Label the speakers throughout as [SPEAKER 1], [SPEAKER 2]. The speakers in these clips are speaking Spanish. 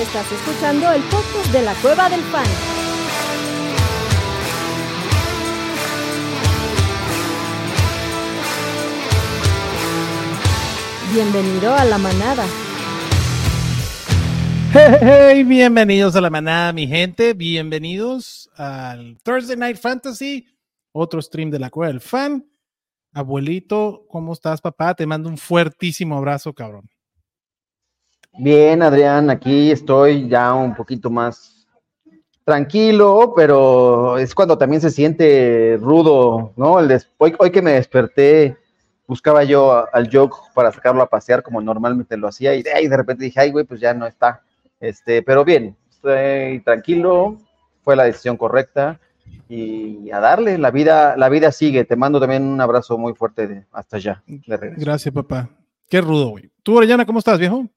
[SPEAKER 1] Estás escuchando el podcast de la Cueva del Fan. Bienvenido a la manada.
[SPEAKER 2] Hey, hey, bienvenidos a la manada, mi gente. Bienvenidos al Thursday Night Fantasy, otro stream de la cueva del fan. Abuelito, ¿cómo estás, papá? Te mando un fuertísimo abrazo, cabrón.
[SPEAKER 3] Bien, Adrián, aquí estoy ya un poquito más tranquilo, pero es cuando también se siente rudo, ¿no? El des- hoy, hoy que me desperté, buscaba yo a- al Joke para sacarlo a pasear como normalmente lo hacía y ay, de repente dije, ay, güey, pues ya no está. Este, pero bien, estoy tranquilo, fue la decisión correcta y a darle, la vida, la vida sigue. Te mando también un abrazo muy fuerte de- hasta allá, de regreso.
[SPEAKER 2] Gracias, papá. Qué rudo, güey. Tú, Orellana, ¿cómo estás, viejo?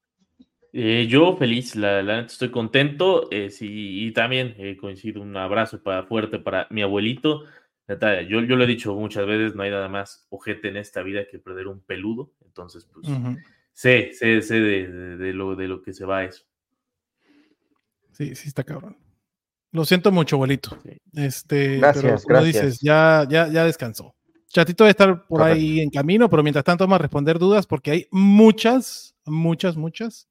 [SPEAKER 4] Eh, yo feliz, la, la neta estoy contento. eh, sí, y también eh, coincido un abrazo para, fuerte para mi abuelito. Neta, yo, yo lo he dicho muchas veces, no hay nada más ojete en esta vida que perder un peludo. Entonces, pues,
[SPEAKER 2] Ujú.
[SPEAKER 4] sé, sé, sé de, de- de lo, de lo que se va eso.
[SPEAKER 2] Sí, sí, está cabrón. Lo siento mucho, abuelito.
[SPEAKER 4] Sí.
[SPEAKER 2] Este, pero
[SPEAKER 3] Gracias,
[SPEAKER 2] como
[SPEAKER 3] gracias.
[SPEAKER 2] dices, ya, ya, ya descansó. Chatito debe estar por
[SPEAKER 3] Correcto.
[SPEAKER 2] ahí en camino, pero mientras tanto vamos a responder dudas porque hay muchas, muchas, muchas.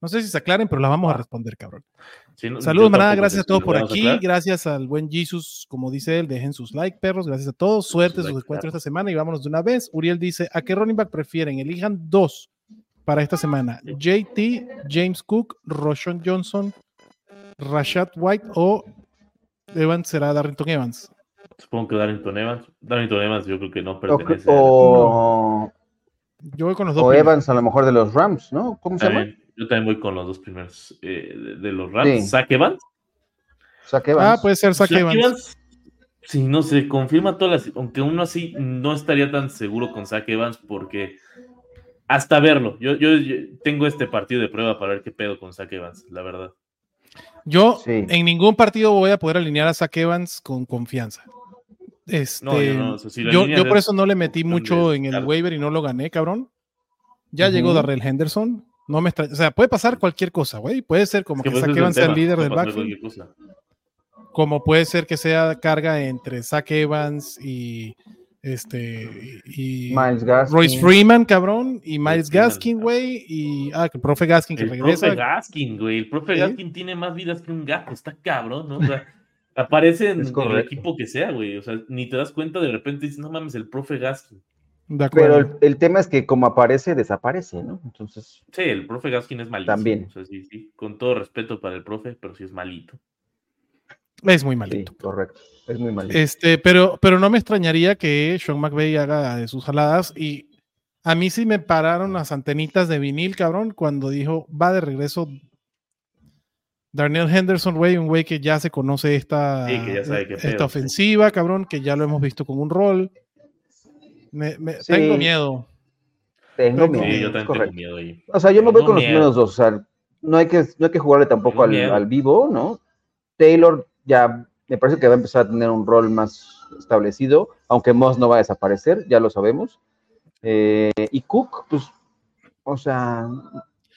[SPEAKER 2] No sé si se aclaren, pero las
[SPEAKER 3] Ah.
[SPEAKER 2] vamos a responder, cabrón.
[SPEAKER 4] Sí, no- yo
[SPEAKER 2] Saludos, manada.
[SPEAKER 4] tampoco
[SPEAKER 2] Gracias
[SPEAKER 4] sé
[SPEAKER 2] a
[SPEAKER 4] si
[SPEAKER 2] todos
[SPEAKER 4] lo
[SPEAKER 2] por
[SPEAKER 4] vamos a
[SPEAKER 2] aquí.
[SPEAKER 4] aclarar.
[SPEAKER 2] Gracias al buen Jesus, como dice él. Dejen sus like, perros. Gracias a todos. Suerte
[SPEAKER 4] Sus
[SPEAKER 2] sus
[SPEAKER 4] like,
[SPEAKER 2] encuentros
[SPEAKER 4] claro.
[SPEAKER 2] esta semana y vámonos de una vez. Uriel dice: ¿A qué running back prefieren? Elijan dos para esta semana: JT, James Cook, Roshon Johnson, Rashad White o Evans será Darrington Evans.
[SPEAKER 4] Supongo que Darrington Evans. Darrington Evans, yo creo que no
[SPEAKER 3] O,
[SPEAKER 4] pertenece
[SPEAKER 3] o-
[SPEAKER 2] Yo voy con los dos.
[SPEAKER 3] o
[SPEAKER 2] primeros.
[SPEAKER 3] Evans a lo mejor de los Rams, ¿no? ¿Cómo
[SPEAKER 4] a.
[SPEAKER 3] se llama?
[SPEAKER 4] También, yo también voy con los dos primeros eh, de, de los Rams.
[SPEAKER 3] Sí.
[SPEAKER 4] Zach Evans.
[SPEAKER 3] Zach
[SPEAKER 2] Ah,
[SPEAKER 3] Evans.
[SPEAKER 4] pues,
[SPEAKER 2] puede ser Zach
[SPEAKER 4] Zach
[SPEAKER 2] Evans.
[SPEAKER 4] Evans, Sí, no se confirma todas las. Aunque uno así no estaría tan seguro con Zach Evans porque hasta verlo. Yo, yo, yo tengo este partido de prueba para ver qué pedo con Zach Evans, la verdad.
[SPEAKER 2] Yo
[SPEAKER 3] Sí.
[SPEAKER 4] eh,
[SPEAKER 2] en ningún partido voy a poder alinear a Zach Evans con confianza. Este,
[SPEAKER 4] No, yo no, o sea, si lo
[SPEAKER 2] yo,
[SPEAKER 4] alineas
[SPEAKER 2] yo por
[SPEAKER 4] es-
[SPEAKER 2] eso no le metí
[SPEAKER 4] cuestión
[SPEAKER 2] mucho
[SPEAKER 4] de
[SPEAKER 2] en el
[SPEAKER 4] descarte.
[SPEAKER 2] waiver y no lo gané, cabrón. Ya
[SPEAKER 3] Ujú.
[SPEAKER 2] llegó Darrell Henderson. No me extra- O sea, puede pasar cualquier cosa, güey. Puede ser como
[SPEAKER 4] Es
[SPEAKER 2] que,
[SPEAKER 4] pues,
[SPEAKER 2] Zach
[SPEAKER 4] ese es
[SPEAKER 2] Evans sea el
[SPEAKER 4] tema,
[SPEAKER 2] líder
[SPEAKER 4] puede
[SPEAKER 2] del
[SPEAKER 4] pasar
[SPEAKER 2] backfield,
[SPEAKER 4] cualquier cosa.
[SPEAKER 2] como puede ser que sea carga entre Zach Evans y este y y
[SPEAKER 3] Miles Gaskin.
[SPEAKER 2] Royce Freeman, cabrón, y Miles
[SPEAKER 4] Royce Freeman,
[SPEAKER 2] Gaskin,
[SPEAKER 4] ah.
[SPEAKER 2] güey, y ah, el profe Gaskin que
[SPEAKER 4] El
[SPEAKER 2] regresa.
[SPEAKER 4] profe Gaskin, güey. El profe
[SPEAKER 2] Sí.
[SPEAKER 4] Gaskin tiene más vidas que un gato. Está cabrón, ¿no? O sea, aparece en,
[SPEAKER 3] Es
[SPEAKER 4] en el
[SPEAKER 3] correcto.
[SPEAKER 4] equipo que sea, güey. O sea, ni te das cuenta de repente dices, no mames, el profe Gaskin.
[SPEAKER 2] De acuerdo.
[SPEAKER 3] Pero el, el tema es que como aparece, desaparece, ¿no? Entonces,
[SPEAKER 4] Sí, el profe Gaskin es malito.
[SPEAKER 3] También.
[SPEAKER 4] O sea, sí, sí. Con todo respeto para el profe, pero sí es malito.
[SPEAKER 2] Es muy malito.
[SPEAKER 3] sí, correcto. Es muy mal.
[SPEAKER 2] Este, pero, pero no me extrañaría que Sean McVay haga de sus jaladas y a mí sí me pararon las antenitas de vinil, cabrón, cuando dijo va de regreso Darnell Henderson, güey, un güey que ya se conoce esta,
[SPEAKER 4] Sí, que ya sabe qué
[SPEAKER 2] esta
[SPEAKER 4] pedo, sí.
[SPEAKER 2] ofensiva, cabrón, que ya lo hemos visto con un rol. Me- me-
[SPEAKER 3] Sí.
[SPEAKER 2] Tengo miedo.
[SPEAKER 3] tengo
[SPEAKER 2] Sí,
[SPEAKER 3] miedo.
[SPEAKER 4] Sí, yo
[SPEAKER 3] es
[SPEAKER 4] también tengo
[SPEAKER 3] correcto.
[SPEAKER 4] miedo ahí.
[SPEAKER 3] O sea, yo me voy
[SPEAKER 4] Tengo
[SPEAKER 3] con los
[SPEAKER 4] miedo.
[SPEAKER 3] primeros dos. O sea, no hay que, no hay que jugarle tampoco
[SPEAKER 4] Tengo
[SPEAKER 3] al,
[SPEAKER 4] miedo.
[SPEAKER 3] al vivo, ¿no? Taylor ya me parece que va a empezar a tener un rol más establecido, aunque Moss no va a desaparecer, ya lo sabemos. Eh, y Cook, pues, o sea,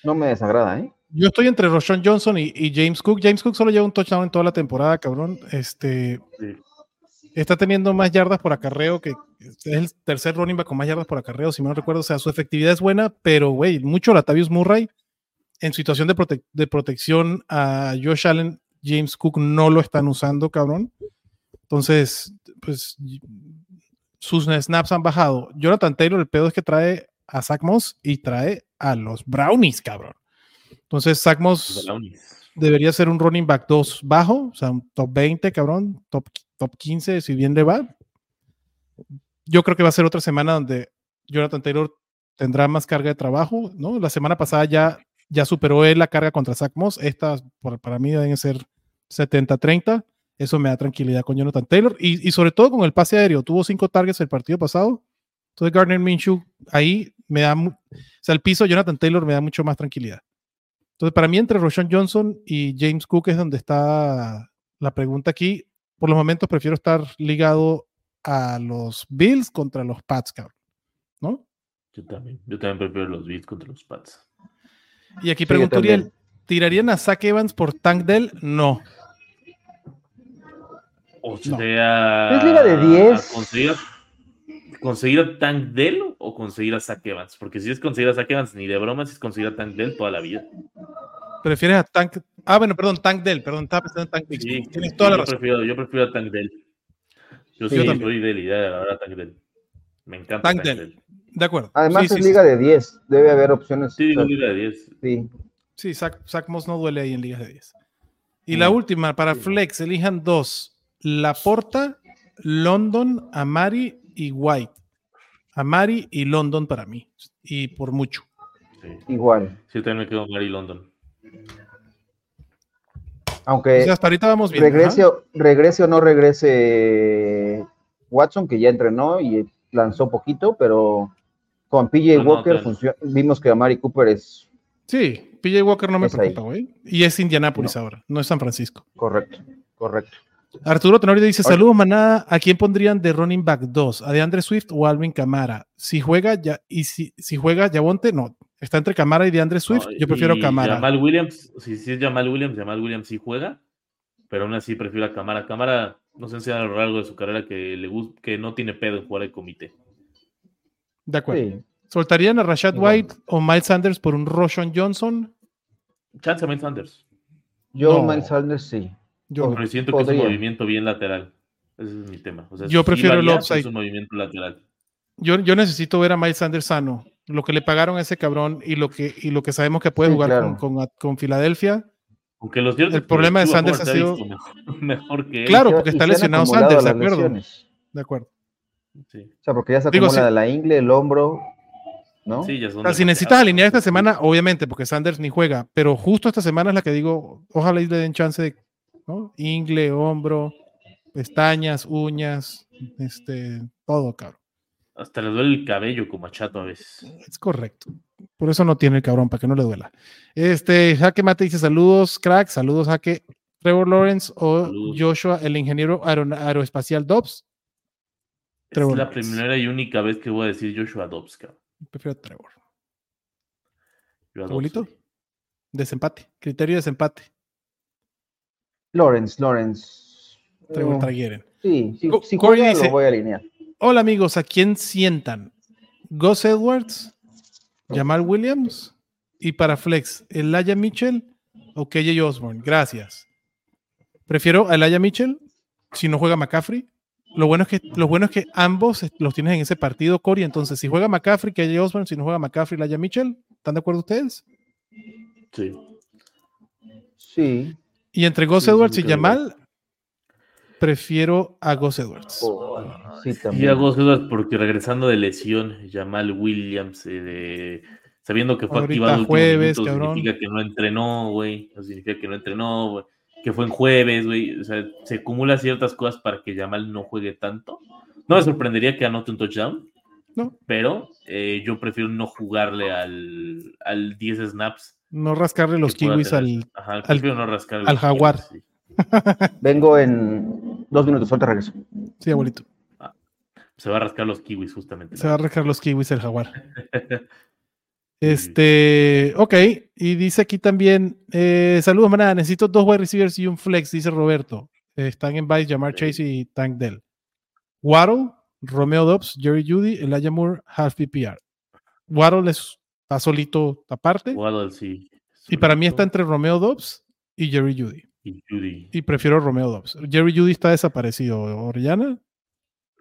[SPEAKER 3] no me desagrada, ¿eh?
[SPEAKER 2] Yo estoy entre Roshon Johnson y, y James Cook. James Cook solo lleva un touchdown en toda la temporada, cabrón. Este
[SPEAKER 4] Sí.
[SPEAKER 2] está teniendo más yardas por acarreo que es el tercer running back con más yardas por acarreo, si mal no recuerdo. O sea, su efectividad es buena, pero güey, mucho Latavius Murray en situación de, prote- de protección a Josh Allen, James Cook no lo están usando, cabrón. Entonces, pues y- sus snaps han bajado. Jonathan Taylor, el pedo es que trae a Zach Moss y trae a los Brownies, cabrón. Entonces, Zach Moss
[SPEAKER 4] Brownies.
[SPEAKER 2] debería ser un running back 2 bajo, o sea, un top 20, cabrón, top, top 15, si bien le va. Yo creo que va a ser otra semana donde Jonathan Taylor tendrá más carga de trabajo, ¿no? La semana pasada ya, ya superó él la carga contra Zach Moss, esta por- para mí deben ser 70-30, eso me da tranquilidad con Jonathan Taylor y, y sobre todo con el pase aéreo, tuvo cinco targets el partido pasado, entonces Gardner Minshew ahí me da, mu- o sea, el piso de Jonathan Taylor me da mucho más tranquilidad. Entonces, para mí, entre Roshon Johnson y James Cook es donde está la pregunta aquí. Por los momentos prefiero estar ligado a los Bills contra los Pats, cabrón. ¿No?
[SPEAKER 4] Yo también. Yo también prefiero los Beats contra los Pats.
[SPEAKER 2] Y aquí
[SPEAKER 3] Sí, yo
[SPEAKER 2] preguntaría,
[SPEAKER 3] también.
[SPEAKER 2] ¿Tirarían a Zach Evans por Tank Dell? No.
[SPEAKER 4] O
[SPEAKER 2] No.
[SPEAKER 4] sea,
[SPEAKER 3] Es liga de 10.
[SPEAKER 4] Conseguir, conseguir a Tank Dell o conseguir a Zach Evans. Porque si es conseguir a Zach Evans, ni de broma, si es conseguir a Tank Dell toda la vida.
[SPEAKER 2] ¿Prefieres a Tank? Ah, bueno, perdón, Tank Dell, perdón, estaba pensando en Tank Dell.
[SPEAKER 4] Sí,
[SPEAKER 2] Tienes
[SPEAKER 4] sí,
[SPEAKER 2] toda la
[SPEAKER 4] yo
[SPEAKER 2] razón.
[SPEAKER 4] Prefiero, yo prefiero a Tank Dell. Yo
[SPEAKER 2] Sí,
[SPEAKER 4] soy
[SPEAKER 2] yo también.
[SPEAKER 4] soy Dell y ya, la verdad, Tank Dell. Me encanta.
[SPEAKER 2] Tank
[SPEAKER 4] Tank,
[SPEAKER 2] Dell.
[SPEAKER 4] Dell.
[SPEAKER 2] De acuerdo.
[SPEAKER 3] Además
[SPEAKER 2] Sí, sí,
[SPEAKER 3] es
[SPEAKER 2] sí,
[SPEAKER 3] liga de 10, debe haber opciones.
[SPEAKER 4] Sí,
[SPEAKER 3] o sea,
[SPEAKER 4] liga de 10.
[SPEAKER 3] sí.
[SPEAKER 2] Sí, Zach, Zach Moss no duele ahí en ligas de 10. Y
[SPEAKER 4] Mm.
[SPEAKER 2] la última, para Flex, elijan dos: Laporta, London, Amari y White. Amari y London para mí. Y por mucho.
[SPEAKER 4] Sí.
[SPEAKER 3] igual.
[SPEAKER 4] Sí, también me quedo con Gary London.
[SPEAKER 2] O
[SPEAKER 3] Aunque
[SPEAKER 2] sea, hasta ahorita vamos Pues bien.
[SPEAKER 3] regrese,
[SPEAKER 2] ajá.
[SPEAKER 3] o- regrese o no regrese Watson, que ya entrenó y lanzó poquito, pero con PJ
[SPEAKER 4] No, no,
[SPEAKER 3] Walker
[SPEAKER 4] claro.
[SPEAKER 3] funcio- vimos que Amari Cooper es
[SPEAKER 2] Sí, PJ Walker no me
[SPEAKER 3] Es ahí.
[SPEAKER 2] preocupa, güey. Y es Indianápolis ahora, no es San Francisco.
[SPEAKER 3] correcto, correcto.
[SPEAKER 2] Arturo Tenorio dice:
[SPEAKER 3] Oye.
[SPEAKER 2] Saludos, manada. ¿A quién pondrían de running back 2? ¿A DeAndre Swift o Alvin Camara? Si juega ya, y si, si juega Yavonte, no. Está entre Camara y DeAndre Swift.
[SPEAKER 4] No,
[SPEAKER 2] yo prefiero
[SPEAKER 4] y
[SPEAKER 2] Camara.
[SPEAKER 4] Jamal Williams, si, si es Jamal Williams, Jamal Williams sí juega, pero aún así prefiero a Camara. Camara no se enseña a lo largo de su carrera que le gus- que no tiene pedo en jugar el comité.
[SPEAKER 2] De acuerdo.
[SPEAKER 3] Sí.
[SPEAKER 2] ¿Soltarían a Rashad
[SPEAKER 3] Igual.
[SPEAKER 2] White o Miles Sanders por un Roshan Johnson?
[SPEAKER 4] Chance a Miles Sanders.
[SPEAKER 3] Yo,
[SPEAKER 2] No.
[SPEAKER 3] Miles Sanders, sí.
[SPEAKER 2] Yo, no.
[SPEAKER 4] Pero siento que es
[SPEAKER 3] Podría.
[SPEAKER 4] un movimiento bien lateral. Ese es mi tema. O sea,
[SPEAKER 2] Yo
[SPEAKER 4] sí
[SPEAKER 2] prefiero el
[SPEAKER 4] varía, pero
[SPEAKER 2] upside.
[SPEAKER 4] Es un movimiento lateral.
[SPEAKER 2] yo, yo necesito ver a Miles Sanders sano. Lo que le pagaron a ese cabrón y lo que, y lo que sabemos que puede
[SPEAKER 3] Sí,
[SPEAKER 2] jugar
[SPEAKER 3] claro.
[SPEAKER 2] con, con- con Filadelfia.
[SPEAKER 4] Aunque lo cierto
[SPEAKER 2] El
[SPEAKER 4] es que
[SPEAKER 2] problema de
[SPEAKER 4] Tua
[SPEAKER 2] Sanders
[SPEAKER 4] Howard
[SPEAKER 2] ha
[SPEAKER 4] se
[SPEAKER 2] sido-
[SPEAKER 4] visto mejor, mejor que él.
[SPEAKER 2] Claro,
[SPEAKER 3] Y se-
[SPEAKER 2] porque
[SPEAKER 3] y
[SPEAKER 2] está
[SPEAKER 3] se han
[SPEAKER 2] lesionado
[SPEAKER 3] acumulado
[SPEAKER 2] Sanders, de
[SPEAKER 3] las
[SPEAKER 2] acuerdo.
[SPEAKER 3] lesiones.
[SPEAKER 2] De acuerdo.
[SPEAKER 4] Sí,
[SPEAKER 3] O sea, porque ya se
[SPEAKER 2] Digo,
[SPEAKER 3] acumula
[SPEAKER 2] sí.
[SPEAKER 3] la ingle, el hombro, ¿no?
[SPEAKER 4] Sí, ya son
[SPEAKER 2] O sea, si
[SPEAKER 4] demasiados.
[SPEAKER 2] necesitas alinear esta semana, obviamente, porque Sanders ni juega, pero justo esta semana es la que digo, ojalá y le den chance de ¿no? ingle, hombro, pestañas, uñas, este, todo, cabrón.
[SPEAKER 4] Hasta le duele el cabello como a Chato a veces.
[SPEAKER 2] Es correcto. Por eso no tiene el cabrón, para que no le duela. Este, Jaque Mate dice saludos, crack, saludos, Jaque. Trevor Lawrence o
[SPEAKER 4] Saludos.
[SPEAKER 2] Joshua, el ingeniero aeron- aeroespacial Dobbs. Trevor
[SPEAKER 4] es la
[SPEAKER 2] Lawrence.
[SPEAKER 4] primera y única vez que voy a decir Joshua Dobbs, cabrón.
[SPEAKER 2] Prefiero a Trevor.
[SPEAKER 4] Yo a Dobbs,
[SPEAKER 2] Abuelito.
[SPEAKER 4] güey.
[SPEAKER 2] Desempate. Criterio de desempate.
[SPEAKER 3] Lawrence, Lawrence.
[SPEAKER 2] Trevor
[SPEAKER 3] Mm,
[SPEAKER 2] Traguieren.
[SPEAKER 3] sí, sí,
[SPEAKER 2] Co-
[SPEAKER 3] si
[SPEAKER 2] Corey
[SPEAKER 3] juega,
[SPEAKER 2] dice-
[SPEAKER 3] lo voy a alinear.
[SPEAKER 2] Hola amigos, ¿a quién sientan? Gus Edwards, Jamal Williams y para Flex, Elijah Mitchell o KJ Osborne. Gracias. Prefiero a Elijah Mitchell si no juega McCaffrey. Lo bueno es que, lo bueno es que ambos est- los tienes en ese partido, Corey. Entonces, si juega McCaffrey, KJ Osborne, si no juega McCaffrey, Elijah Mitchell, ¿están de acuerdo ustedes?
[SPEAKER 4] Sí.
[SPEAKER 3] Sí.
[SPEAKER 2] Y entre Gus
[SPEAKER 4] Sí, sí,
[SPEAKER 2] Edwards y
[SPEAKER 4] creo que-
[SPEAKER 2] Jamal, prefiero a Gus Edwards.
[SPEAKER 3] Oh, sí,
[SPEAKER 4] Y
[SPEAKER 3] también.
[SPEAKER 4] a Gus Edwards porque regresando de lesión, Jamal Williams, eh, de- sabiendo que fue
[SPEAKER 2] Ahorita
[SPEAKER 4] activado el último
[SPEAKER 2] jueves,
[SPEAKER 4] minuto,
[SPEAKER 2] cabrón.
[SPEAKER 4] significa que no entrenó, güey. Eso significa que no entrenó, güey. Que fue en jueves, güey. O sea, se acumulan ciertas cosas para que Jamal no juegue tanto. No me sorprendería que anote un touchdown.
[SPEAKER 2] No.
[SPEAKER 4] Pero eh, yo prefiero no jugarle al, al 10 snaps.
[SPEAKER 2] No rascarle los
[SPEAKER 4] que pueda
[SPEAKER 2] kiwis
[SPEAKER 4] tener.
[SPEAKER 2] al.
[SPEAKER 4] Ajá, prefiero no rascarle
[SPEAKER 2] al
[SPEAKER 4] los
[SPEAKER 2] jaguar.
[SPEAKER 4] kilos, sí.
[SPEAKER 3] Vengo en dos minutos, suelta regreso.
[SPEAKER 2] Sí, abuelito.
[SPEAKER 4] Se va a rascar los kiwis, justamente.
[SPEAKER 2] Se va a arrancar los kiwis el jaguar.
[SPEAKER 4] Sí.
[SPEAKER 2] Este, ok, y dice aquí también, eh, saludos manada, necesito dos wide receivers y un flex, dice Roberto. Eh, están en Vice, Jamar
[SPEAKER 4] Ok.
[SPEAKER 2] Chase y Tank Dell. Waddle, Romeo Dobbs, Jerry Judy, Elijah Moore, half PPR. Waddle es- está solito aparte,
[SPEAKER 4] Waddle, sí.
[SPEAKER 2] y para mí está
[SPEAKER 4] Solito.
[SPEAKER 2] entre Romeo Dobbs y Jerry Judy.
[SPEAKER 4] Y Judy.
[SPEAKER 2] Y prefiero Romeo Dobbs. Jerry Judy está desaparecido, Orellana.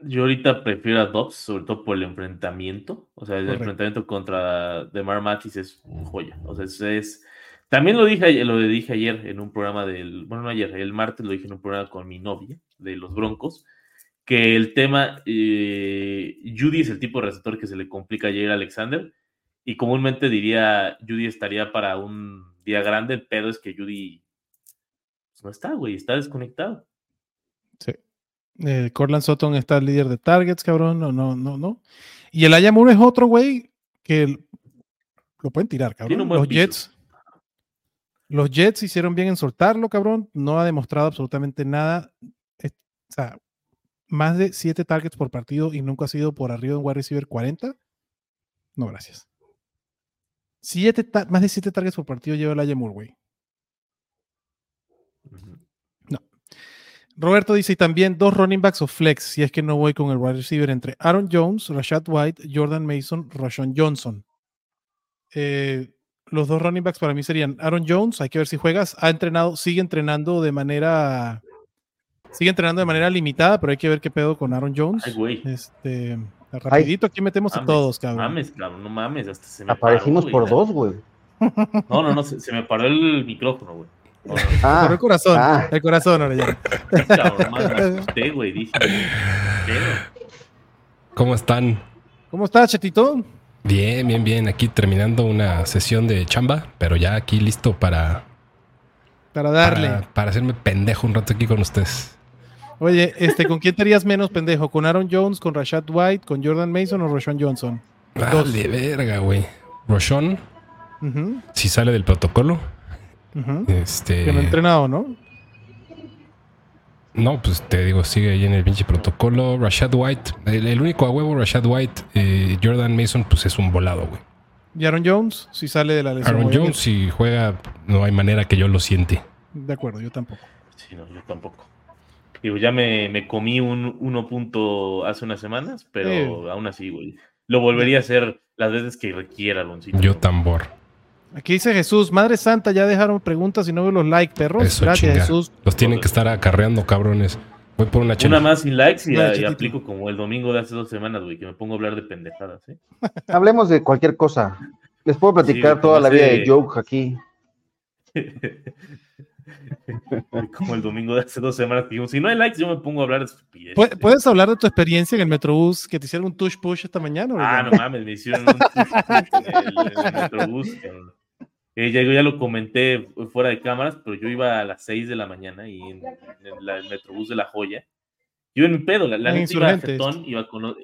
[SPEAKER 4] Yo ahorita prefiero a Dobbs, sobre todo por el enfrentamiento. O sea, el
[SPEAKER 2] Correcto.
[SPEAKER 4] enfrentamiento contra DeMar Mattis es joya. O sea, es, es- También lo dije, ayer- lo dije ayer en un programa del... Bueno, no ayer, el martes lo dije en un programa con mi novia de los Broncos, que el tema... eh, Judy es el tipo de receptor que se le complica a Jair Alexander y comúnmente diría Judy estaría para un día grande, el pedo es que Judy pues, no está, güey, está desconectado.
[SPEAKER 2] Eh, Corland Sutton está el líder de targets, cabrón. No, no, no, no. Y el Ayamur es otro, güey, que el- lo pueden tirar,
[SPEAKER 4] Tiene
[SPEAKER 2] cabrón.
[SPEAKER 4] un buen
[SPEAKER 2] Los
[SPEAKER 4] piso.
[SPEAKER 2] Jets. Los Jets hicieron bien en soltarlo, cabrón. No ha demostrado absolutamente nada. Es- o sea, más de 7 targets por partido y nunca ha sido por arriba de un wide receiver 40. No, gracias. Siete ta- más de 7 targets por partido lleva el Ayamur, güey. Roberto dice, y también dos running backs o flex, si es que no voy con el wide receiver entre Aaron Jones, Rashad White, Jordan Mason, Rashon Johnson. Eh, los dos running backs para mí serían Aaron Jones, hay que ver si juegas, ha entrenado, sigue entrenando de manera, sigue entrenando de manera limitada, pero hay que ver qué pedo con Aaron Jones.
[SPEAKER 4] Ay, güey.
[SPEAKER 2] Este, rapidito, aquí metemos Pues a
[SPEAKER 4] Mames,
[SPEAKER 2] todos,
[SPEAKER 4] No
[SPEAKER 2] cabrón.
[SPEAKER 4] mames, cabrón, no mames. Hasta se me
[SPEAKER 3] Aparecimos
[SPEAKER 4] paró,
[SPEAKER 3] por
[SPEAKER 4] güey.
[SPEAKER 3] dos, güey.
[SPEAKER 4] No, no, no, se, se me paró el micrófono, güey. No, no,
[SPEAKER 2] Pero
[SPEAKER 3] Ah,
[SPEAKER 2] el corazón,
[SPEAKER 3] ah.
[SPEAKER 2] el corazón, Orellana.
[SPEAKER 4] no, cabrón, más me asusté, güey. Dije, ¿qué pedo?
[SPEAKER 5] ¿Cómo están?
[SPEAKER 2] ¿Cómo estás, Chetito?
[SPEAKER 5] Bien, bien, bien. Aquí terminando una sesión de chamba, pero ya aquí listo para,
[SPEAKER 2] Para darle.
[SPEAKER 5] para, para hacerme pendejo un rato aquí con ustedes.
[SPEAKER 2] Oye, este, ¿con quién te harías menos pendejo? ¿Con Aaron Jones, con Rashad White, con Jordan Mason o Rashon Johnson? Dos.
[SPEAKER 5] Dale, verga, güey. Roshon,
[SPEAKER 2] Ujú,
[SPEAKER 5] si sale del protocolo,
[SPEAKER 2] ujú.
[SPEAKER 5] este...
[SPEAKER 2] Que no ha entrenado, ¿no?
[SPEAKER 5] No, pues te digo, sigue ahí en el pinche protocolo. Rashad White, el, el único a huevo, Rashad White, eh, Jordan Mason, pues es un volado, güey.
[SPEAKER 2] Y Aaron Jones, si sale de la lesión.
[SPEAKER 5] Aaron
[SPEAKER 2] obviamente.
[SPEAKER 5] Jones, si juega, no hay manera que yo lo siente.
[SPEAKER 2] De acuerdo, yo tampoco.
[SPEAKER 4] Sí, no, yo tampoco. Digo, ya me, me comí un 1 punto hace unas semanas, pero
[SPEAKER 2] Sí.
[SPEAKER 4] aún así, güey. Lo volvería a hacer las veces que requiera, Loncito.
[SPEAKER 5] Yo tambor.
[SPEAKER 2] Aquí dice Jesús, Madre Santa, ya dejaron preguntas y no veo los like, perros.
[SPEAKER 5] Eso,
[SPEAKER 2] Gracias,
[SPEAKER 5] chinga.
[SPEAKER 2] Jesús.
[SPEAKER 5] Los tienen que estar acarreando, cabrones. Voy por una chela.
[SPEAKER 4] Una más sin likes y,
[SPEAKER 2] Dale,
[SPEAKER 4] y
[SPEAKER 2] Chetito.
[SPEAKER 4] aplico como el domingo de hace dos semanas, güey, que me pongo a hablar de pendejadas, ¿eh?
[SPEAKER 3] hablemos de cualquier cosa. Les puedo platicar
[SPEAKER 4] Sí,
[SPEAKER 3] toda la
[SPEAKER 4] no
[SPEAKER 3] vida
[SPEAKER 4] sé.
[SPEAKER 3] de Joke aquí.
[SPEAKER 4] como el domingo de hace dos semanas. que dijimos, si no hay likes, yo me pongo a hablar de estupideces.
[SPEAKER 2] ¿Pue- ¿Puedes hablar de tu experiencia en el Metrobús que te hicieron un touch push esta mañana?
[SPEAKER 4] Ah,
[SPEAKER 2] Orellana?
[SPEAKER 4] no mames, me hicieron un en el, en el Metrobús, cabrón. Eh, ya, ya lo comenté fuera de cámaras, pero yo iba a las 6 de la mañana y en, en la- el Metrobús de La Joya. Yo en mi pedo, la, la
[SPEAKER 2] Ah,
[SPEAKER 4] neta iba
[SPEAKER 2] insurgentes.
[SPEAKER 4] jetón, iba con, los-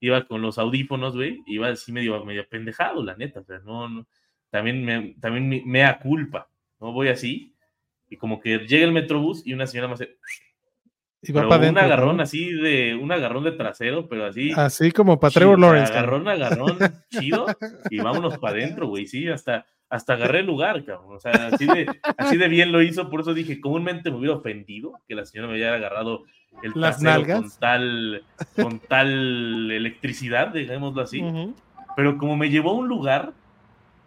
[SPEAKER 4] iba con los audífonos, güey, iba así medio, medio pendejado, la neta. O sea, no, no- también me, también me, me da culpa, ¿no? Voy así y como que llega el Metrobús y una señora me hace
[SPEAKER 2] Y va
[SPEAKER 4] pero
[SPEAKER 2] pa'
[SPEAKER 4] un
[SPEAKER 2] dentro,
[SPEAKER 4] agarrón
[SPEAKER 2] ¿no? Ah,
[SPEAKER 4] así de, un agarrón de trasero, pero así.
[SPEAKER 2] Así como para
[SPEAKER 4] Chido,
[SPEAKER 2] Trevor
[SPEAKER 4] o sea,
[SPEAKER 2] Lawrence. cabrón.
[SPEAKER 4] Agarrón, agarrón, chido, y vámonos para adentro, güey. Sí, hasta, hasta agarré el lugar, cabrón. O sea, así de, así de bien lo hizo, por eso dije, comúnmente me hubiera ofendido que la señora me hubiera agarrado el
[SPEAKER 2] Las
[SPEAKER 4] trasero
[SPEAKER 2] nalgas.
[SPEAKER 4] con tal, con tal electricidad, digámoslo así.
[SPEAKER 2] Ujú.
[SPEAKER 4] Pero como me llevó a un lugar,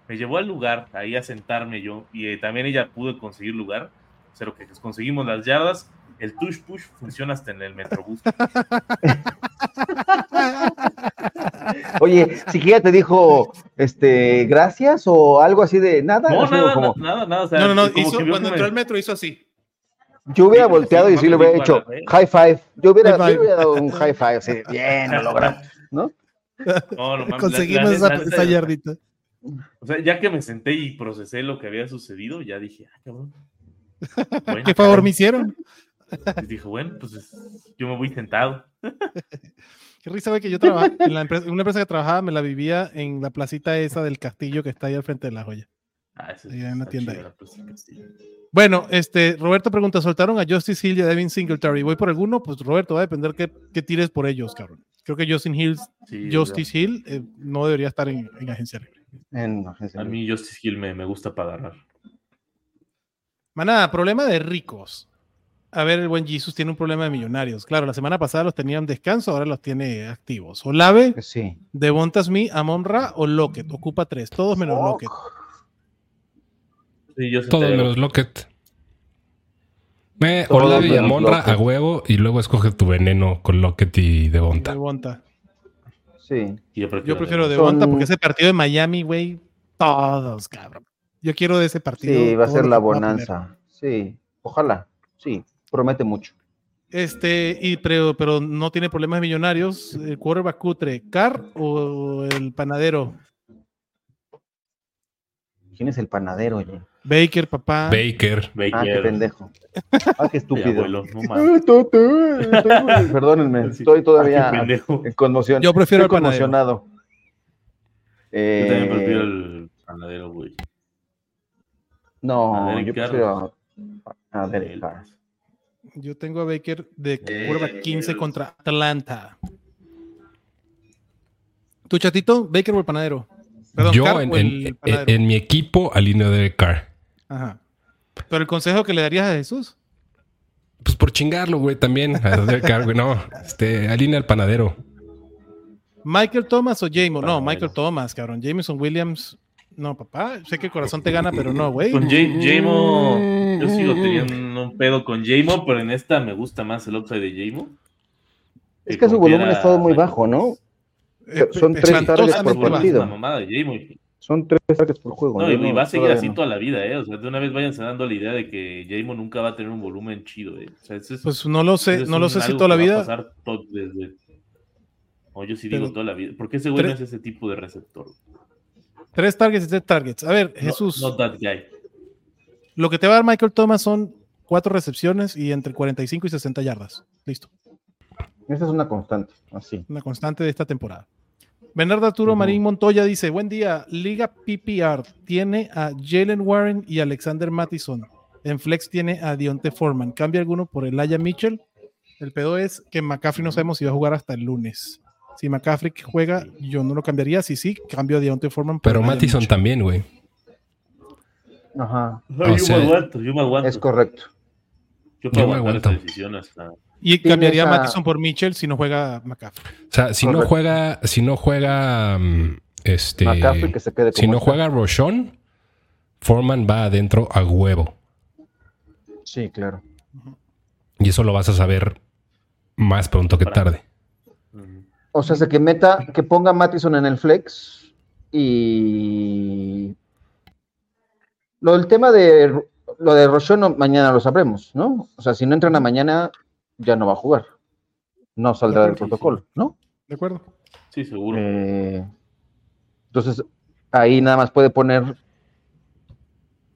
[SPEAKER 4] me llevó al lugar, ahí a sentarme yo, y eh, también ella pudo conseguir lugar, o sea, lo que conseguimos las yardas, el tush push funciona hasta en el metrobús.
[SPEAKER 3] Oye, siquiera te dijo, este, gracias o algo así de nada.
[SPEAKER 4] No,
[SPEAKER 3] así como-
[SPEAKER 4] nada,
[SPEAKER 3] como-
[SPEAKER 4] nada, nada. o sea,
[SPEAKER 2] No, no, no.
[SPEAKER 4] como
[SPEAKER 2] hizo-
[SPEAKER 4] que vio
[SPEAKER 2] cuando
[SPEAKER 4] que me-
[SPEAKER 2] entró al metro hizo así.
[SPEAKER 3] Yo hubiera
[SPEAKER 4] Sí,
[SPEAKER 3] volteado
[SPEAKER 4] sí,
[SPEAKER 3] y sí le
[SPEAKER 4] mami,
[SPEAKER 3] hubiera hecho
[SPEAKER 4] igual, ¿eh?
[SPEAKER 3] high five. Yo hubiera,
[SPEAKER 2] High
[SPEAKER 3] yo
[SPEAKER 2] five.
[SPEAKER 3] hubiera dado un high five, así, bien, lo lograste.
[SPEAKER 4] No, no mames, la- la
[SPEAKER 2] Conseguimos
[SPEAKER 4] neta-
[SPEAKER 2] esa,
[SPEAKER 4] la neta,
[SPEAKER 2] esa yardita.
[SPEAKER 4] O sea, ya que me senté y procesé lo que había sucedido, ya dije, ah, cabrón. Bueno,
[SPEAKER 2] ¿Qué favor me hicieron?
[SPEAKER 4] Y dije, bueno, pues es- yo me voy sentado.
[SPEAKER 2] Qué risa, güey, que yo trabajaba en, la empresa, en una empresa que trabajaba, me la vivía en la placita esa del castillo que está ahí al frente de la joya.
[SPEAKER 4] Ah, eso
[SPEAKER 2] Ahí en una
[SPEAKER 4] está
[SPEAKER 2] tienda
[SPEAKER 4] chido,
[SPEAKER 2] ahí.
[SPEAKER 4] la pues, plaza de Castilla. Roberto
[SPEAKER 2] Bueno, este, Roberto pregunta, ¿soltaron a Justice Hill y a Devin Singletary? ¿Voy por alguno? Pues Roberto, va a depender qué, qué tires por ellos, cabrón. Creo que Justin Hill,
[SPEAKER 4] Sí,
[SPEAKER 2] Justice Hill eh, no debería estar en, en agencia libre.
[SPEAKER 3] En agencia
[SPEAKER 4] A
[SPEAKER 3] libre.
[SPEAKER 4] mí Justice Hill me, me gusta para agarrar.
[SPEAKER 2] Manada, problema de ricos. A ver, el buen Jesus tiene un problema de millonarios. Claro, la semana pasada los tenían descanso, ahora los tiene activos. Olave,
[SPEAKER 3] Sí.
[SPEAKER 2] Devonta Smith, Amonra o Lockett. Ocupa tres, todos menos Lockett.
[SPEAKER 4] Sí, yo
[SPEAKER 5] Todos
[SPEAKER 4] sentaría-
[SPEAKER 5] menos Lockett. Eh,
[SPEAKER 3] Todos
[SPEAKER 5] Olave y
[SPEAKER 3] menos
[SPEAKER 5] Amonra
[SPEAKER 3] Lockett.
[SPEAKER 5] a huevo y luego escoge tu veneno con Lockett y Devonta.
[SPEAKER 2] Devonta.
[SPEAKER 3] Sí.
[SPEAKER 4] Yo
[SPEAKER 2] Yo prefiero
[SPEAKER 4] de...
[SPEAKER 2] Devonta
[SPEAKER 3] Son-
[SPEAKER 2] porque ese partido de Miami, güey, todos, cabrón. Yo quiero de ese partido.
[SPEAKER 3] Sí, va a
[SPEAKER 2] todo
[SPEAKER 3] ser
[SPEAKER 2] lo
[SPEAKER 3] la
[SPEAKER 2] que pueda poner.
[SPEAKER 3] bonanza. Sí. Ojalá. Sí. Promete mucho.
[SPEAKER 2] Este, y, pero, pero no tiene problemas millonarios. El quarterback cutre, Carr o el panadero.
[SPEAKER 3] ¿Quién es el panadero? oye?
[SPEAKER 2] Baker, papá.
[SPEAKER 5] Baker.
[SPEAKER 3] Ah, qué
[SPEAKER 4] Baker,
[SPEAKER 3] pendejo. Ah, qué
[SPEAKER 4] mi
[SPEAKER 3] estúpido.
[SPEAKER 4] abuelo, no mames.
[SPEAKER 3] Ah, to- to- tengo- Perdónenme,
[SPEAKER 4] Sí.
[SPEAKER 3] estoy
[SPEAKER 4] Ah, qué
[SPEAKER 3] todavía
[SPEAKER 4] pendejo.
[SPEAKER 3] en conmoción.
[SPEAKER 2] Yo prefiero
[SPEAKER 3] Estoy
[SPEAKER 2] al panadero.
[SPEAKER 3] conmocionado.
[SPEAKER 4] Yo también
[SPEAKER 3] Eh,
[SPEAKER 4] prefiero el panadero, güey. a
[SPEAKER 3] No,
[SPEAKER 4] Derek
[SPEAKER 3] yo
[SPEAKER 4] Carr.
[SPEAKER 3] prefiero a, a Derek Carr.
[SPEAKER 2] Yo tengo a Baker de quarterback 15 contra Atlanta. ¿Tu chatito? ¿Baker o el panadero? Perdón,
[SPEAKER 5] Yo
[SPEAKER 2] Carr
[SPEAKER 5] en,
[SPEAKER 2] o el
[SPEAKER 5] en- en-
[SPEAKER 2] panadero.
[SPEAKER 5] en mi equipo alineo de Carr.
[SPEAKER 2] Ajá. Pero el consejo que le darías a Jesús.
[SPEAKER 5] Pues por chingarlo, güey, también. A ver, car- güey, No, este, Alina el panadero.
[SPEAKER 2] ¿Michael Thomas o Jameson?
[SPEAKER 4] Ah,
[SPEAKER 2] No,
[SPEAKER 4] bueno.
[SPEAKER 2] Michael Thomas, cabrón. Jameson Williams. No, papá. Sé que el corazón te gana, pero no, güey.
[SPEAKER 4] Con J- Jamo, yo sigo teniendo un pedo con Jamo, pero en esta me gusta más el upside de Jamo.
[SPEAKER 3] Es que su volumen ha estado muy bajo, ¿no?
[SPEAKER 2] Eh,
[SPEAKER 3] son
[SPEAKER 2] eh,
[SPEAKER 3] tres
[SPEAKER 2] espantosamente
[SPEAKER 3] targets por
[SPEAKER 2] bajo.
[SPEAKER 3] partido.
[SPEAKER 4] La mamada de Jamo.
[SPEAKER 3] Son tres targets por juego.
[SPEAKER 4] No,
[SPEAKER 3] yo
[SPEAKER 4] y, y va a seguir
[SPEAKER 3] todavía
[SPEAKER 4] así
[SPEAKER 3] no.
[SPEAKER 4] toda la vida, ¿eh? O sea, de una vez váyanse dando la idea de que Jamo nunca va a tener un volumen chido, ¿eh? O sea, ese es,
[SPEAKER 2] Pues no lo sé,
[SPEAKER 4] ese es
[SPEAKER 2] no lo
[SPEAKER 4] un
[SPEAKER 2] sé si
[SPEAKER 4] algo
[SPEAKER 2] toda la
[SPEAKER 4] que va a
[SPEAKER 2] vida.
[SPEAKER 4] pasar to- desde- No, yo sí digo
[SPEAKER 2] Pero-
[SPEAKER 4] toda la vida. ¿Por qué ese güey no
[SPEAKER 2] tres-
[SPEAKER 4] es ese tipo de receptor?
[SPEAKER 2] Tres targets y tres targets. A ver, Jesús,
[SPEAKER 4] No, not that guy.
[SPEAKER 2] lo que te va a dar Michael Thomas son cuatro recepciones y entre 45 y 60 yardas. Listo.
[SPEAKER 3] Esa es una constante, así.
[SPEAKER 2] Una constante de esta temporada. Bernardo Arturo
[SPEAKER 3] Ujú.
[SPEAKER 2] Marín Montoya dice: Buen día, Liga PPR tiene a Jalen Warren y Alexander Mattison. En Flex tiene a Dionte Foreman. ¿Cambia alguno por Elijah Mitchell? El pedo es que McCaffrey no sabemos si va a jugar hasta el lunes. Si McCaffrey juega, yo no lo cambiaría. Si sí, cambio a Dionte Foreman. por
[SPEAKER 5] Pero
[SPEAKER 2] Elijah
[SPEAKER 5] Mattison
[SPEAKER 2] Mitchell.
[SPEAKER 5] también, güey.
[SPEAKER 3] Ajá,
[SPEAKER 4] No, yo
[SPEAKER 5] sea,
[SPEAKER 4] me aguanto, yo me aguanto.
[SPEAKER 3] es correcto.
[SPEAKER 4] Yo puedo
[SPEAKER 5] Yo me
[SPEAKER 4] aguantar
[SPEAKER 5] aguanto.
[SPEAKER 4] esta decisión hasta.
[SPEAKER 2] Y cambiaría a
[SPEAKER 3] Tienes a-
[SPEAKER 2] Mattison por Mitchell si no juega McCaffrey.
[SPEAKER 5] O sea, si no
[SPEAKER 3] Correcto.
[SPEAKER 5] juega, si no juega, mm, este,
[SPEAKER 3] McCaffrey que se quede como
[SPEAKER 5] si no
[SPEAKER 3] está.
[SPEAKER 5] juega Roshon, Foreman va adentro a huevo.
[SPEAKER 3] Sí, claro.
[SPEAKER 5] Y eso lo vas a saber más pronto que
[SPEAKER 4] Para-
[SPEAKER 5] tarde.
[SPEAKER 4] Ujú.
[SPEAKER 3] O sea, se que meta, que ponga a Mattison en el flex y... Lo del tema de lo de Rochon no- mañana lo sabremos, ¿no? O sea, si no entrena mañana, ya no va a jugar. No saldrá del
[SPEAKER 4] Sí, sí.
[SPEAKER 3] protocolo, ¿no?
[SPEAKER 2] ¿De acuerdo?
[SPEAKER 4] Sí, seguro.
[SPEAKER 3] Eh, entonces, ahí nada más puede poner...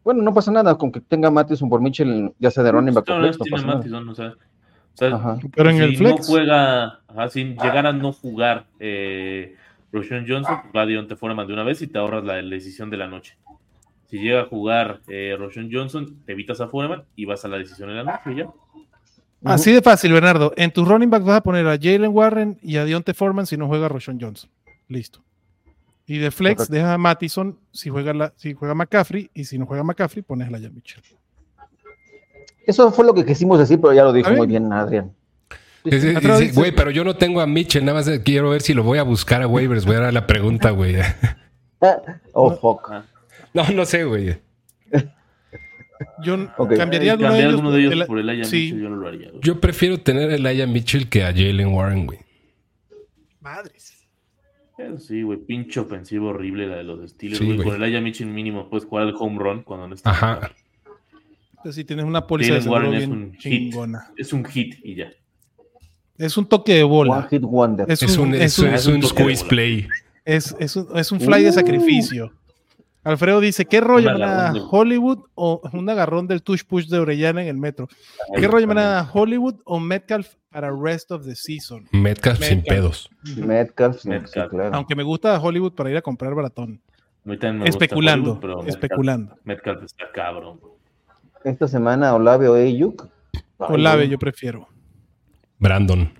[SPEAKER 3] Bueno, no pasa nada con que tenga Mattison por Mitchell, ya sea de running back o
[SPEAKER 4] Pues, No, no,
[SPEAKER 3] flex, no
[SPEAKER 4] tiene
[SPEAKER 3] pasa nada.
[SPEAKER 4] Mattison, o sea, o sea,
[SPEAKER 3] Ajá.
[SPEAKER 2] Pero en
[SPEAKER 4] si
[SPEAKER 2] el
[SPEAKER 4] no
[SPEAKER 2] Flex.
[SPEAKER 4] juega, ajá, si llegara a no jugar eh, Roshan Johnson, va Dionte Foreman de una vez y te ahorras la, la decisión de la noche. Si llega a jugar eh, Roshan Johnson, te evitas a Foreman y vas a la decisión de la noche y ya.
[SPEAKER 3] Ujú.
[SPEAKER 2] Así de fácil, Bernardo. En tu running back vas a poner a Jalen Warren y a Dionte Foreman si no juega Roshon Johnson. Listo. Y de flex
[SPEAKER 3] Correcto.
[SPEAKER 2] deja a Mattison si juega, la, si juega McCaffrey y si no juega McCaffrey pones a Laia Mitchell.
[SPEAKER 3] Eso fue lo que quisimos decir, pero ya lo dijo
[SPEAKER 2] ¿Está
[SPEAKER 3] muy bien Adrián.
[SPEAKER 5] Es- es-
[SPEAKER 2] Atrás
[SPEAKER 5] dice,
[SPEAKER 2] dice-
[SPEAKER 5] güey, pero yo no tengo a Mitchell, nada más quiero ver si lo voy a buscar a waivers, güey, era la pregunta, güey.
[SPEAKER 3] Oh,
[SPEAKER 2] No.
[SPEAKER 3] fuck.
[SPEAKER 5] No, no sé, güey.
[SPEAKER 2] Yo n-
[SPEAKER 3] Ok.
[SPEAKER 2] cambiaría
[SPEAKER 4] Eh,
[SPEAKER 2] alguno
[SPEAKER 4] cambiar
[SPEAKER 2] de ellos,
[SPEAKER 4] alguno de ellos
[SPEAKER 2] el-
[SPEAKER 4] por el Aya
[SPEAKER 2] sí.
[SPEAKER 4] Mitchell, yo no lo haría. güey.
[SPEAKER 5] Yo prefiero tener a Elijah Mitchell que a Jalen Warren, güey.
[SPEAKER 2] Madres.
[SPEAKER 4] Eso sí, güey, pinche ofensivo horrible la de los Steelers,
[SPEAKER 5] Sí,
[SPEAKER 4] güey.
[SPEAKER 5] güey.
[SPEAKER 4] Con el Aya Mitchell mínimo puedes jugar el home run cuando no está.
[SPEAKER 5] Ajá.
[SPEAKER 2] Entonces, si tienes una póliza de
[SPEAKER 4] Jalen
[SPEAKER 2] seguro
[SPEAKER 4] Warren es
[SPEAKER 2] bien
[SPEAKER 4] un hit.
[SPEAKER 2] chingona.
[SPEAKER 4] Es un hit y ya.
[SPEAKER 2] Es un toque de
[SPEAKER 3] One
[SPEAKER 2] bola.
[SPEAKER 3] hit wonder.
[SPEAKER 2] Es
[SPEAKER 5] Es
[SPEAKER 2] un,
[SPEAKER 5] un, es un- es un
[SPEAKER 4] toque de
[SPEAKER 5] squeeze
[SPEAKER 4] bola.
[SPEAKER 5] play.
[SPEAKER 2] es- es un- es un fly de
[SPEAKER 3] Uh.
[SPEAKER 2] sacrificio. Alfredo dice, ¿qué rollo
[SPEAKER 4] Un
[SPEAKER 2] manada
[SPEAKER 4] agarrón de-
[SPEAKER 2] Hollywood o un agarrón del tush push de Orellana en el metro? ¿Qué rollo manada Hollywood o Metcalf para rest of the season?
[SPEAKER 5] Metcalf sin
[SPEAKER 2] Metcalf.
[SPEAKER 5] pedos.
[SPEAKER 3] Metcalf, sí,
[SPEAKER 4] Metcalf.
[SPEAKER 3] sí, claro.
[SPEAKER 2] Aunque me gusta Hollywood para ir a comprar baratón.
[SPEAKER 4] A mí también me gusta
[SPEAKER 2] Especulando,
[SPEAKER 4] Hollywood, pero Metcalf-
[SPEAKER 2] especulando.
[SPEAKER 4] Metcalf está cabrón. güey.
[SPEAKER 3] Esta semana Olave o Ayuk. Ay,
[SPEAKER 2] Olave yo prefiero.
[SPEAKER 5] Brandon.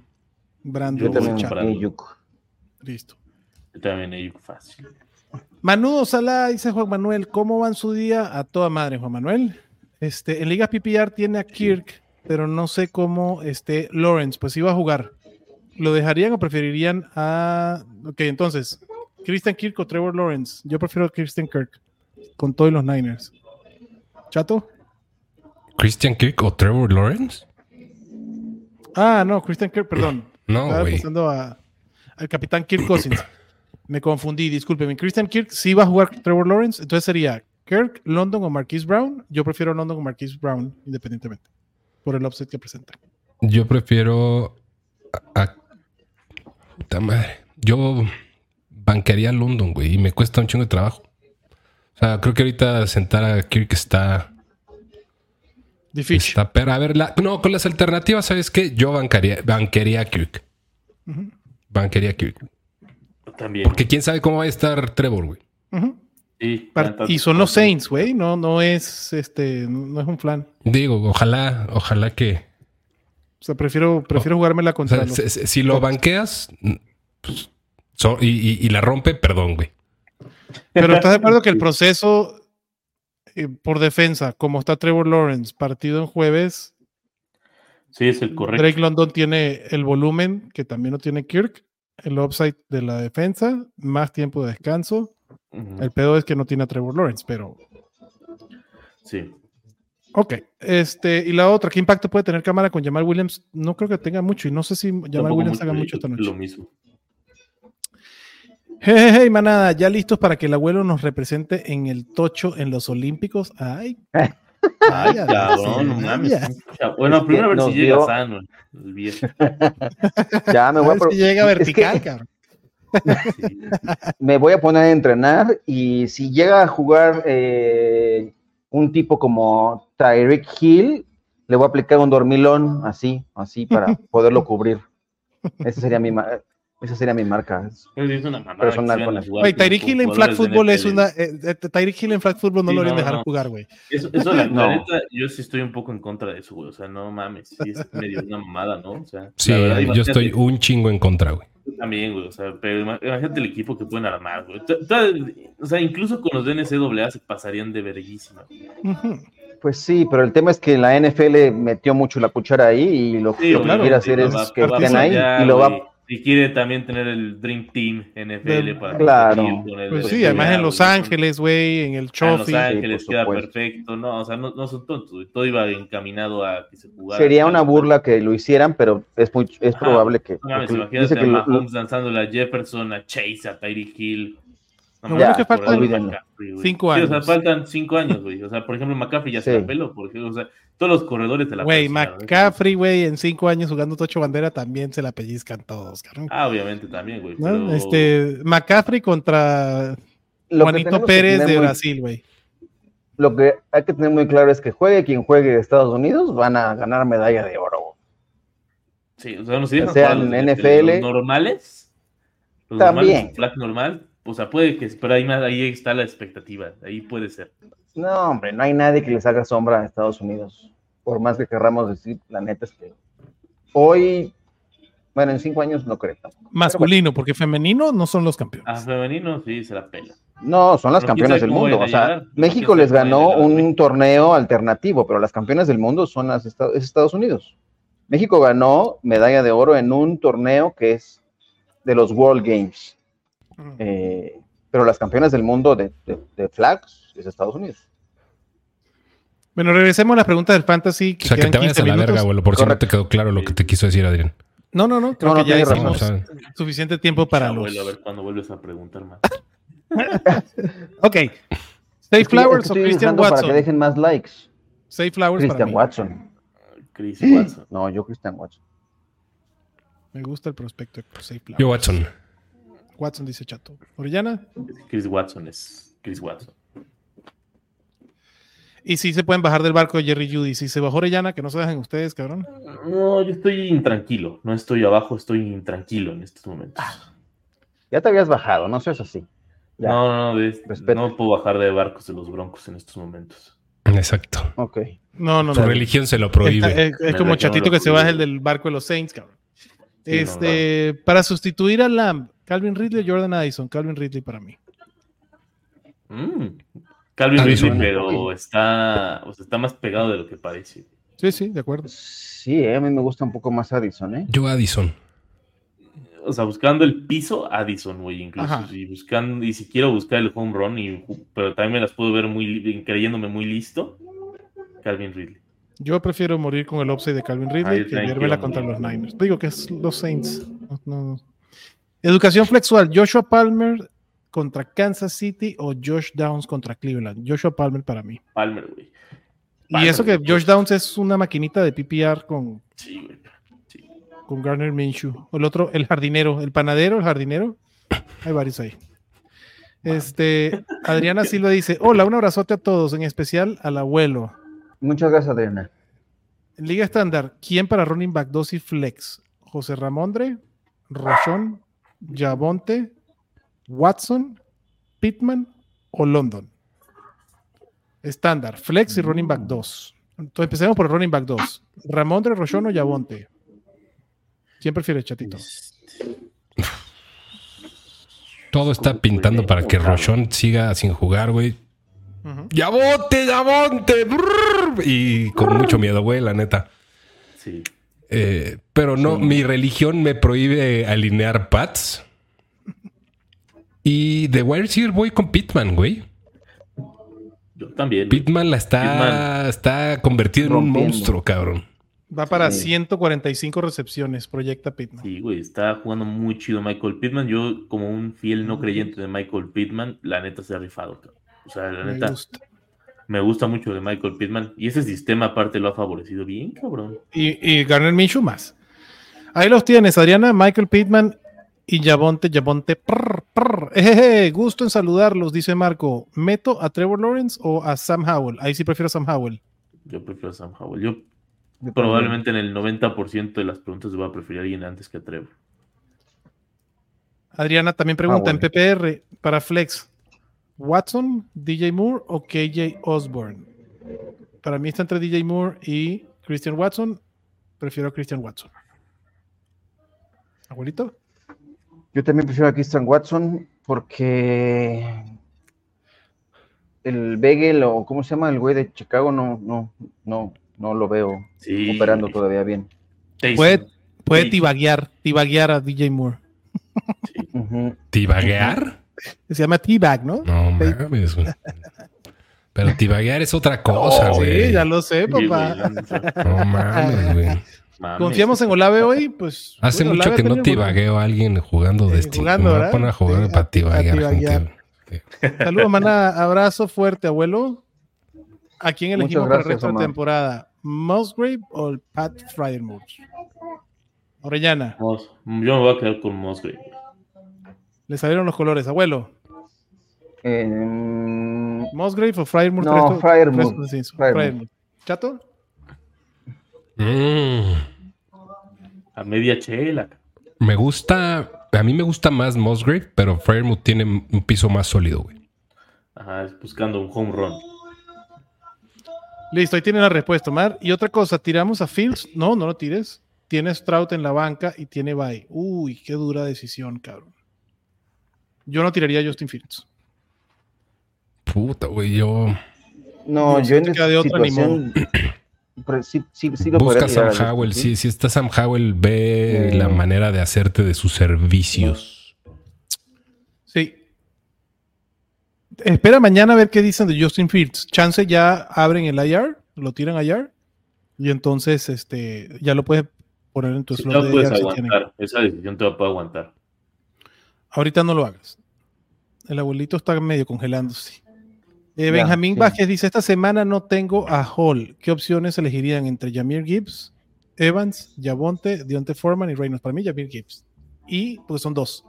[SPEAKER 2] Brandon
[SPEAKER 3] Yo también
[SPEAKER 4] Yo voy
[SPEAKER 2] Chap.
[SPEAKER 4] para-
[SPEAKER 3] compré Ayuk.
[SPEAKER 2] Listo.
[SPEAKER 4] Yo también Ayuk fácil.
[SPEAKER 2] Manudo Sala, dice Juan Manuel, ¿cómo van su día? A toda madre, Juan Manuel. Este, en Ligas PPR tiene a Kirk, pero no sé cómo este, Lawrence, pues iba a jugar. ¿Lo dejarían o preferirían a. Ok, entonces, Christian Kirk o Trevor Lawrence? Yo prefiero a Christian Kirk, con todos los Niners. ¿Chato?
[SPEAKER 5] ¿Christian Kirk o Trevor Lawrence?
[SPEAKER 2] Ah, no, Christian Kirk, perdón.
[SPEAKER 5] No,
[SPEAKER 2] Estaba
[SPEAKER 5] Oh, güey.
[SPEAKER 2] pensando a- al capitán Kirk Cousins. Me confundí, discúlpeme. Christian Kirk sí va a jugar Trevor Lawrence, entonces sería Kirk, London o Marquise Brown. Yo prefiero London o Marquise Brown, independientemente, por el offset que presenta.
[SPEAKER 5] Yo prefiero a, a- puta madre. Yo bancaría a London, güey, y me cuesta un chingo de trabajo. O sea, creo que ahorita sentar a Kirk está
[SPEAKER 2] Difícil.
[SPEAKER 5] está perra. A ver, la- no, con las alternativas, ¿sabes qué? Yo bancaría banquería a Kirk.
[SPEAKER 2] Ujú,
[SPEAKER 5] Banquería a Kirk.
[SPEAKER 4] Yo También.
[SPEAKER 5] Porque quién sabe cómo va a estar Trevor, güey.
[SPEAKER 2] ujú.
[SPEAKER 4] Sí,
[SPEAKER 2] Par-
[SPEAKER 4] tantas-
[SPEAKER 2] Y son los
[SPEAKER 4] tantas-
[SPEAKER 2] Saints, güey. No, no es este, no es un plan.
[SPEAKER 5] Digo, ojalá, ojalá que
[SPEAKER 2] O sea, prefiero, prefiero jugármela
[SPEAKER 5] o
[SPEAKER 2] contra
[SPEAKER 5] sea,
[SPEAKER 2] los-
[SPEAKER 5] se- se- si lo banqueas pues, so- y, y- y la rompe, perdón, güey.
[SPEAKER 2] Pero estás de acuerdo que el proceso eh, por defensa, como está Trevor Lawrence, partido en jueves,
[SPEAKER 4] Sí, es el correcto.
[SPEAKER 2] Drake London tiene el volumen que también no tiene Kirk, el upside de la defensa, más tiempo de descanso.
[SPEAKER 4] Ujú,
[SPEAKER 2] El pedo es que no tiene a Trevor Lawrence, pero
[SPEAKER 4] Sí.
[SPEAKER 2] ok. Este, y la otra, ¿qué impacto puede tener cámara con Jamal Williams? No creo que tenga mucho y no sé si Jamal
[SPEAKER 4] Tampoco
[SPEAKER 2] Williams haga
[SPEAKER 4] mucho-
[SPEAKER 2] mucho esta
[SPEAKER 4] Lo
[SPEAKER 2] noche.
[SPEAKER 4] mismo.
[SPEAKER 2] Hey, hey, hey, manada, ya listos para que el abuelo nos represente en el tocho en los Olímpicos. Ay,
[SPEAKER 4] Ay,
[SPEAKER 2] vaya,
[SPEAKER 4] cabrón, no mames.
[SPEAKER 2] vaya.
[SPEAKER 4] Ya, Bueno,
[SPEAKER 3] Es que
[SPEAKER 4] primero a ver si
[SPEAKER 3] nos
[SPEAKER 4] llega
[SPEAKER 3] dio-
[SPEAKER 4] sano el viejo.
[SPEAKER 3] Ya me
[SPEAKER 2] A
[SPEAKER 3] voy a,
[SPEAKER 2] ver
[SPEAKER 3] pro-
[SPEAKER 2] si llega
[SPEAKER 3] es que
[SPEAKER 2] vertical, cabrón.
[SPEAKER 4] Sí.
[SPEAKER 3] me voy a poner a entrenar y si llega a jugar eh, un tipo como Tyreek Hill, le voy a aplicar un dormilón así, así para poderlo cubrir. Esa sería mi, ma- esa sería mi marca.
[SPEAKER 4] Pero es una mamada.
[SPEAKER 3] Personal
[SPEAKER 4] que se
[SPEAKER 3] con
[SPEAKER 4] van a
[SPEAKER 3] la-
[SPEAKER 4] jugar
[SPEAKER 2] Güey,
[SPEAKER 4] con-
[SPEAKER 2] Tyreek
[SPEAKER 4] con
[SPEAKER 2] Hill en flag
[SPEAKER 4] jugadores de
[SPEAKER 2] football es
[SPEAKER 4] NFL.
[SPEAKER 2] una. eh, eh, Tyreek Hill en flag football no
[SPEAKER 4] Sí,
[SPEAKER 2] lo deberían
[SPEAKER 4] no,
[SPEAKER 2] dejar
[SPEAKER 4] no.
[SPEAKER 2] jugar, güey.
[SPEAKER 4] Eso, eso la, la
[SPEAKER 3] No.
[SPEAKER 4] neta, yo sí estoy un poco en contra de eso, güey. O sea, no mames, sí es medio una mamada, ¿no? O sea,
[SPEAKER 5] Sí,
[SPEAKER 4] la verdad,
[SPEAKER 5] yo
[SPEAKER 4] imagínate-
[SPEAKER 5] estoy un chingo en contra, güey.
[SPEAKER 4] Yo También, güey, o sea, pero ima- imagínate el equipo que pueden armar, güey. Ta- ta- O sea, incluso con los de NCAA se pasarían de verguísima.
[SPEAKER 2] Ujú.
[SPEAKER 3] Pues sí, pero el tema es que la NFL metió mucho la cuchara ahí y lo,
[SPEAKER 4] Sí,
[SPEAKER 3] lo
[SPEAKER 4] claro,
[SPEAKER 3] que quiere
[SPEAKER 4] sí,
[SPEAKER 3] hacer
[SPEAKER 4] va-
[SPEAKER 3] es
[SPEAKER 4] va-
[SPEAKER 3] que
[SPEAKER 4] va
[SPEAKER 3] estén
[SPEAKER 4] para
[SPEAKER 3] ahí
[SPEAKER 4] allá,
[SPEAKER 3] y lo va
[SPEAKER 4] güey. Si quiere también tener el Dream Team NFL
[SPEAKER 2] Del-
[SPEAKER 4] para
[SPEAKER 3] Claro.
[SPEAKER 4] competir con el
[SPEAKER 2] Pues
[SPEAKER 4] de
[SPEAKER 2] sí,
[SPEAKER 4] NBA,
[SPEAKER 2] además en Los
[SPEAKER 4] güey.
[SPEAKER 2] Ángeles, güey, en el
[SPEAKER 4] Ah, en Los
[SPEAKER 2] Trophy.
[SPEAKER 4] Ángeles
[SPEAKER 3] Sí, por
[SPEAKER 4] queda
[SPEAKER 3] supuesto.
[SPEAKER 4] perfecto, no, o sea, no, no son tontos, güey. todo iba encaminado a que se jugara.
[SPEAKER 3] Sería una
[SPEAKER 4] Claro.
[SPEAKER 3] burla que lo hicieran, pero es muy, es
[SPEAKER 4] Ajá.
[SPEAKER 3] probable que,
[SPEAKER 4] No mames,
[SPEAKER 3] porque
[SPEAKER 4] imagínate
[SPEAKER 3] dice que
[SPEAKER 4] a
[SPEAKER 3] lo-
[SPEAKER 4] Mahomes danzándole a Jefferson, a Chase, a Tyree Hill.
[SPEAKER 2] Lo
[SPEAKER 3] bueno
[SPEAKER 4] mames,
[SPEAKER 2] que
[SPEAKER 4] por
[SPEAKER 2] faltan-
[SPEAKER 4] algo
[SPEAKER 3] olvídenlo.
[SPEAKER 4] McCaffrey, güey.
[SPEAKER 2] Cinco
[SPEAKER 4] Sí, o
[SPEAKER 2] años.
[SPEAKER 4] sea, faltan cinco años, güey. O sea, por ejemplo, McCaffrey ya se
[SPEAKER 3] Sí.
[SPEAKER 4] la peló, porque, o sea, todos los corredores de la
[SPEAKER 2] Güey,
[SPEAKER 4] persinaron, ¿eh?
[SPEAKER 2] McCaffrey, güey, en cinco años jugando Tocho Bandera también se la pellizcan todos, cabrón.
[SPEAKER 4] Ah, obviamente también, güey.
[SPEAKER 2] ¿No?
[SPEAKER 4] pero-
[SPEAKER 2] Este, McCaffrey contra
[SPEAKER 3] lo que
[SPEAKER 2] Juanito
[SPEAKER 3] tenemos que
[SPEAKER 2] Pérez
[SPEAKER 3] tener
[SPEAKER 2] de
[SPEAKER 3] muy-
[SPEAKER 2] Brasil, güey.
[SPEAKER 3] Lo que hay que tener muy claro es que juegue quien juegue de Estados Unidos, van a ganar medalla de oro.
[SPEAKER 4] Sí, o sea, no se dejan
[SPEAKER 3] O sea,
[SPEAKER 4] jugar los
[SPEAKER 3] en
[SPEAKER 4] de- de
[SPEAKER 3] NFL.
[SPEAKER 4] Los normales. Los
[SPEAKER 3] También.
[SPEAKER 4] normales, flag normal. O sea, puede que, pero ahí, más- ahí está la expectativa. Ahí puede ser.
[SPEAKER 3] No, hombre, no hay nadie que les haga sombra a Estados Unidos. Por más que querramos decir, la neta es que hoy, bueno, en cinco años no creo. tampoco.
[SPEAKER 2] Masculino, porque femenino no son los campeones.
[SPEAKER 4] A Ah, femenino, sí, se la pela.
[SPEAKER 3] No, son las
[SPEAKER 4] Pero quién
[SPEAKER 3] campeonas
[SPEAKER 4] sabe
[SPEAKER 3] del
[SPEAKER 4] cómo
[SPEAKER 3] mundo.
[SPEAKER 4] vayan
[SPEAKER 3] O
[SPEAKER 4] a
[SPEAKER 3] sea,
[SPEAKER 4] llegar,
[SPEAKER 3] México
[SPEAKER 4] quién sabe
[SPEAKER 3] les
[SPEAKER 4] cómo vayan a
[SPEAKER 3] ganó
[SPEAKER 4] llegar,
[SPEAKER 3] un
[SPEAKER 4] México.
[SPEAKER 3] torneo alternativo, pero las campeonas del mundo son las Estados, es Estados Unidos. México ganó medalla de oro en un torneo que es de los World Games.
[SPEAKER 2] Mm.
[SPEAKER 3] Eh, pero las campeonas del mundo de, de, de flags es Estados Unidos.
[SPEAKER 2] Bueno, regresemos a las preguntas del fantasy.
[SPEAKER 5] O sea, que
[SPEAKER 2] quedan
[SPEAKER 5] te vayas
[SPEAKER 2] 15
[SPEAKER 5] a la
[SPEAKER 2] minutos.
[SPEAKER 5] verga, abuelo, por si no
[SPEAKER 3] Correcto.
[SPEAKER 5] te quedó claro lo que te quiso decir Adrián.
[SPEAKER 2] No, no, no, creo
[SPEAKER 3] No, no,
[SPEAKER 2] que ya
[SPEAKER 3] tienes razón.
[SPEAKER 5] No, o
[SPEAKER 2] hicimos
[SPEAKER 5] sea,
[SPEAKER 2] suficiente tiempo para los.
[SPEAKER 4] Abuelo, a ver cuándo vuelves a preguntar más.
[SPEAKER 2] Ok. Safe
[SPEAKER 3] Es que- es que
[SPEAKER 2] Flowers o
[SPEAKER 3] estoy
[SPEAKER 2] Christian
[SPEAKER 3] dibujando Para que
[SPEAKER 2] Watson.
[SPEAKER 3] dejen más likes.
[SPEAKER 2] Safe Flowers para mí.
[SPEAKER 3] Christian Watson.
[SPEAKER 4] Chris Watson.
[SPEAKER 3] No, yo Christian Watson.
[SPEAKER 2] Me gusta el prospecto de Safe Flowers.
[SPEAKER 5] yo Watson.
[SPEAKER 2] Watson dice Chato. Orellana.
[SPEAKER 4] Chris Watson es Chris Watson.
[SPEAKER 2] Y sí se pueden bajar del barco de Jerry Judy. Si se bajó Orellana, que no se dejen ustedes, cabrón.
[SPEAKER 4] No, yo estoy intranquilo. No estoy abajo, estoy intranquilo en estos momentos.
[SPEAKER 3] Ya te habías bajado, no seas así. Ah, ya.
[SPEAKER 4] No, no, no, de- este,
[SPEAKER 3] Respeto.
[SPEAKER 4] no puedo bajar de barcos de los broncos en estos momentos.
[SPEAKER 5] Exacto.
[SPEAKER 3] Ok.
[SPEAKER 2] No, no,
[SPEAKER 5] Su
[SPEAKER 2] no.
[SPEAKER 5] religión se lo
[SPEAKER 2] Está- eh.
[SPEAKER 5] prohíbe.
[SPEAKER 2] es, es como
[SPEAKER 4] Me
[SPEAKER 2] chatito
[SPEAKER 4] reclamo
[SPEAKER 2] que
[SPEAKER 4] lo
[SPEAKER 2] se
[SPEAKER 4] que
[SPEAKER 2] baja el
[SPEAKER 4] digo.
[SPEAKER 2] del barco de los Saints, cabrón.
[SPEAKER 4] Sí, no,
[SPEAKER 2] este, para sustituir a Lamb, Calvin Ridley o Jordan Addison. Calvin Ridley para mí.
[SPEAKER 4] Mm. Calvin
[SPEAKER 5] Ah,
[SPEAKER 4] Ridley,
[SPEAKER 5] sí.
[SPEAKER 4] pero está, o sea, está más pegado de lo que parece.
[SPEAKER 2] Sí, sí, de acuerdo.
[SPEAKER 3] Sí, eh, a mí me gusta un poco más Addison, ¿eh?
[SPEAKER 5] Yo Addison.
[SPEAKER 4] O sea, buscando el piso, Addison, güey, incluso.
[SPEAKER 2] Ajá.
[SPEAKER 4] Y, buscando, y si quiero buscar el home run, y, pero también me las puedo ver muy li- creyéndome muy listo. Calvin Ridley.
[SPEAKER 2] Yo prefiero morir con el upside de Calvin
[SPEAKER 4] Ah,
[SPEAKER 2] Ridley
[SPEAKER 4] yo
[SPEAKER 2] que
[SPEAKER 4] también
[SPEAKER 2] vérmela
[SPEAKER 4] quiero
[SPEAKER 2] contra los
[SPEAKER 4] morir.
[SPEAKER 2] Niners. Digo que es los Saints. No, no, no. Educación flexual. Joshua Palmer contra Kansas City o Josh Downs contra Cleveland. Joshua Palmer para mí.
[SPEAKER 4] Palmer, güey.
[SPEAKER 2] Y eso que
[SPEAKER 4] Palmer, güey.
[SPEAKER 2] Josh Downs es una maquinita de PPR con,
[SPEAKER 4] Sí, güey. Sí.
[SPEAKER 2] con Garner Minshew. El otro, el jardinero, el panadero, el jardinero. Hay varios ahí. Este, Adriana Silva dice: Hola, un abrazote a todos, en especial al abuelo.
[SPEAKER 3] Muchas gracias, Adriana.
[SPEAKER 2] En Liga Estándar, ¿quién para running back 2 y flex? José Ramondre, Rochón, Yabonte, Watson, Pittman o London. Estándar, flex y running back 2. Entonces empecemos por el running back 2. Ramondre, Rochón o Yabonte. ¿Quién prefiere, chatito?
[SPEAKER 5] Todo está pintando para que Rochon siga sin jugar, güey.
[SPEAKER 2] Ujú.
[SPEAKER 5] ¡Ya bote, ya bote! Brrr. Y con mucho miedo, güey, la neta.
[SPEAKER 4] Sí.
[SPEAKER 5] Eh, pero no, mi religión me prohíbe alinear pads. Y The Wire sí voy con Pitman, güey.
[SPEAKER 4] Yo también. güey.
[SPEAKER 5] Pitman la está,
[SPEAKER 4] Pittman.
[SPEAKER 5] está convertido en un
[SPEAKER 3] Rompiendo.
[SPEAKER 5] monstruo, cabrón.
[SPEAKER 2] Va para
[SPEAKER 3] Sí.
[SPEAKER 2] 145 recepciones, proyecta Pittman.
[SPEAKER 4] Sí, güey, está jugando muy chido Michael Pittman. Yo, como un fiel no creyente de Michael Pittman, la neta se ha rifado, cabrón. O sea, la
[SPEAKER 2] Me
[SPEAKER 4] neta,
[SPEAKER 2] gusta.
[SPEAKER 4] me gusta mucho de Michael Pittman. Y ese sistema, aparte, lo ha favorecido bien, cabrón.
[SPEAKER 2] Y, y Garner Minshew más. Ahí los tienes, Adriana, Michael Pittman y Yabonte, Yabonte. prr, prr. Ejeje, Eh, gusto en saludarlos, dice Marco. ¿Meto a Trevor Lawrence o a Sam Howell? Ahí sí prefiero a Sam Howell.
[SPEAKER 4] Yo prefiero a Sam Howell. Yo probablemente en el 90% de las preguntas voy a preferir a alguien antes que a Trevor.
[SPEAKER 2] Adriana
[SPEAKER 5] Ah,
[SPEAKER 2] también pregunta
[SPEAKER 3] Howell.
[SPEAKER 2] en PPR para Flex. ¿Watson, DJ Moore o KJ Osborne? Para mí está entre DJ Moore y Christian Watson. Prefiero a Christian Watson. Abuelito.
[SPEAKER 3] Yo también prefiero a Christian Watson porque el Begel o cómo se llama el güey de Chicago no, no, no, no lo veo
[SPEAKER 4] Sí.
[SPEAKER 3] operando todavía bien.
[SPEAKER 4] Taysom.
[SPEAKER 2] Puede, puede
[SPEAKER 4] Sí.
[SPEAKER 2] tibaguear, tibaguear a DJ Moore.
[SPEAKER 3] Ujú.
[SPEAKER 5] ¿Tibaguear?
[SPEAKER 2] Se llama T-Bag, ¿no?
[SPEAKER 5] No mames, güey. Pero tibaguear es otra cosa,
[SPEAKER 2] Oh, sí,
[SPEAKER 5] güey.
[SPEAKER 2] ya lo sé,
[SPEAKER 4] Sí, güey,
[SPEAKER 2] papá.
[SPEAKER 4] la neta,
[SPEAKER 5] No mames, güey.
[SPEAKER 4] mames.
[SPEAKER 2] Confiamos en Olave hoy, pues.
[SPEAKER 5] Hace
[SPEAKER 2] bueno,
[SPEAKER 5] mucho
[SPEAKER 2] Olave
[SPEAKER 5] que
[SPEAKER 2] ha
[SPEAKER 5] no
[SPEAKER 2] tenido
[SPEAKER 5] tibagueo a alguien jugando
[SPEAKER 2] Sí,
[SPEAKER 5] de Steam.
[SPEAKER 2] jugando,
[SPEAKER 5] Me voy
[SPEAKER 2] ¿verdad?
[SPEAKER 5] a poner a jugar
[SPEAKER 2] Sí, a-
[SPEAKER 5] para
[SPEAKER 2] a
[SPEAKER 5] tibaguear,
[SPEAKER 2] tibaguear.
[SPEAKER 5] gente.
[SPEAKER 2] buen- Saludos, maná. Abrazo fuerte, abuelo. ¿A quién
[SPEAKER 3] Muchas
[SPEAKER 2] elegimos para el
[SPEAKER 3] gracias,
[SPEAKER 2] resto de
[SPEAKER 3] Omar.
[SPEAKER 2] temporada? ¿Musgrave o el Pat Fryermuth? Orellana,
[SPEAKER 4] Moss. Yo me voy a quedar con Mosgrave.
[SPEAKER 2] le salieron los colores, abuelo.
[SPEAKER 3] Em,
[SPEAKER 2] ¿Musgrave o Fryermuth?
[SPEAKER 3] No, Friermuth. Friermuth.
[SPEAKER 2] ¿Chato?
[SPEAKER 5] Mm,
[SPEAKER 4] A media chela.
[SPEAKER 5] me gusta. A mí me gusta más Musgrave, pero Fairmouth tiene un piso más sólido, güey.
[SPEAKER 4] Ajá, es buscando un home run.
[SPEAKER 2] Listo, ahí tienen la respuesta, Omar. Y otra cosa, ¿tiramos a Fields? No, no lo tires. Tiene Stroud en la banca y tiene Bay. Uy, qué dura decisión, cabrón. Yo no tiraría a Justin Fields.
[SPEAKER 5] Puta, güey. Yo.
[SPEAKER 3] no,
[SPEAKER 2] No, si
[SPEAKER 3] yo en
[SPEAKER 2] te
[SPEAKER 3] esta
[SPEAKER 2] queda de otra, ni
[SPEAKER 3] situación pre- sí, sí, sí lo podría
[SPEAKER 5] Busca
[SPEAKER 3] tirar
[SPEAKER 5] Sam
[SPEAKER 3] a Justin,
[SPEAKER 5] Howell.
[SPEAKER 3] ¿sí?
[SPEAKER 5] Sí, si está Sam Howell, ve
[SPEAKER 3] Mm.
[SPEAKER 5] la manera de hacerte de sus servicios.
[SPEAKER 2] Sí. Espera mañana a ver qué dicen de Justin Fields. Chance ya abren el IR, lo tiran IR y entonces este ya lo puedes poner en tu
[SPEAKER 4] Si
[SPEAKER 2] slot
[SPEAKER 4] no
[SPEAKER 2] Pues, de
[SPEAKER 4] puedes
[SPEAKER 2] IR si tienen.
[SPEAKER 4] aguantar. Esa decisión te la puedo aguantar.
[SPEAKER 2] Ahorita no lo hagas. El abuelito está medio congelándose. Eh,
[SPEAKER 3] Ya,
[SPEAKER 2] Benjamín
[SPEAKER 3] sí.
[SPEAKER 2] Vázquez dice: Esta semana no tengo a Hall. ¿Qué opciones elegirían entre Jameer Gibbs, Evans, Yabonte, Dionte Foreman y Reynolds? Para mí, Jameer Gibbs. Y, porque son dos.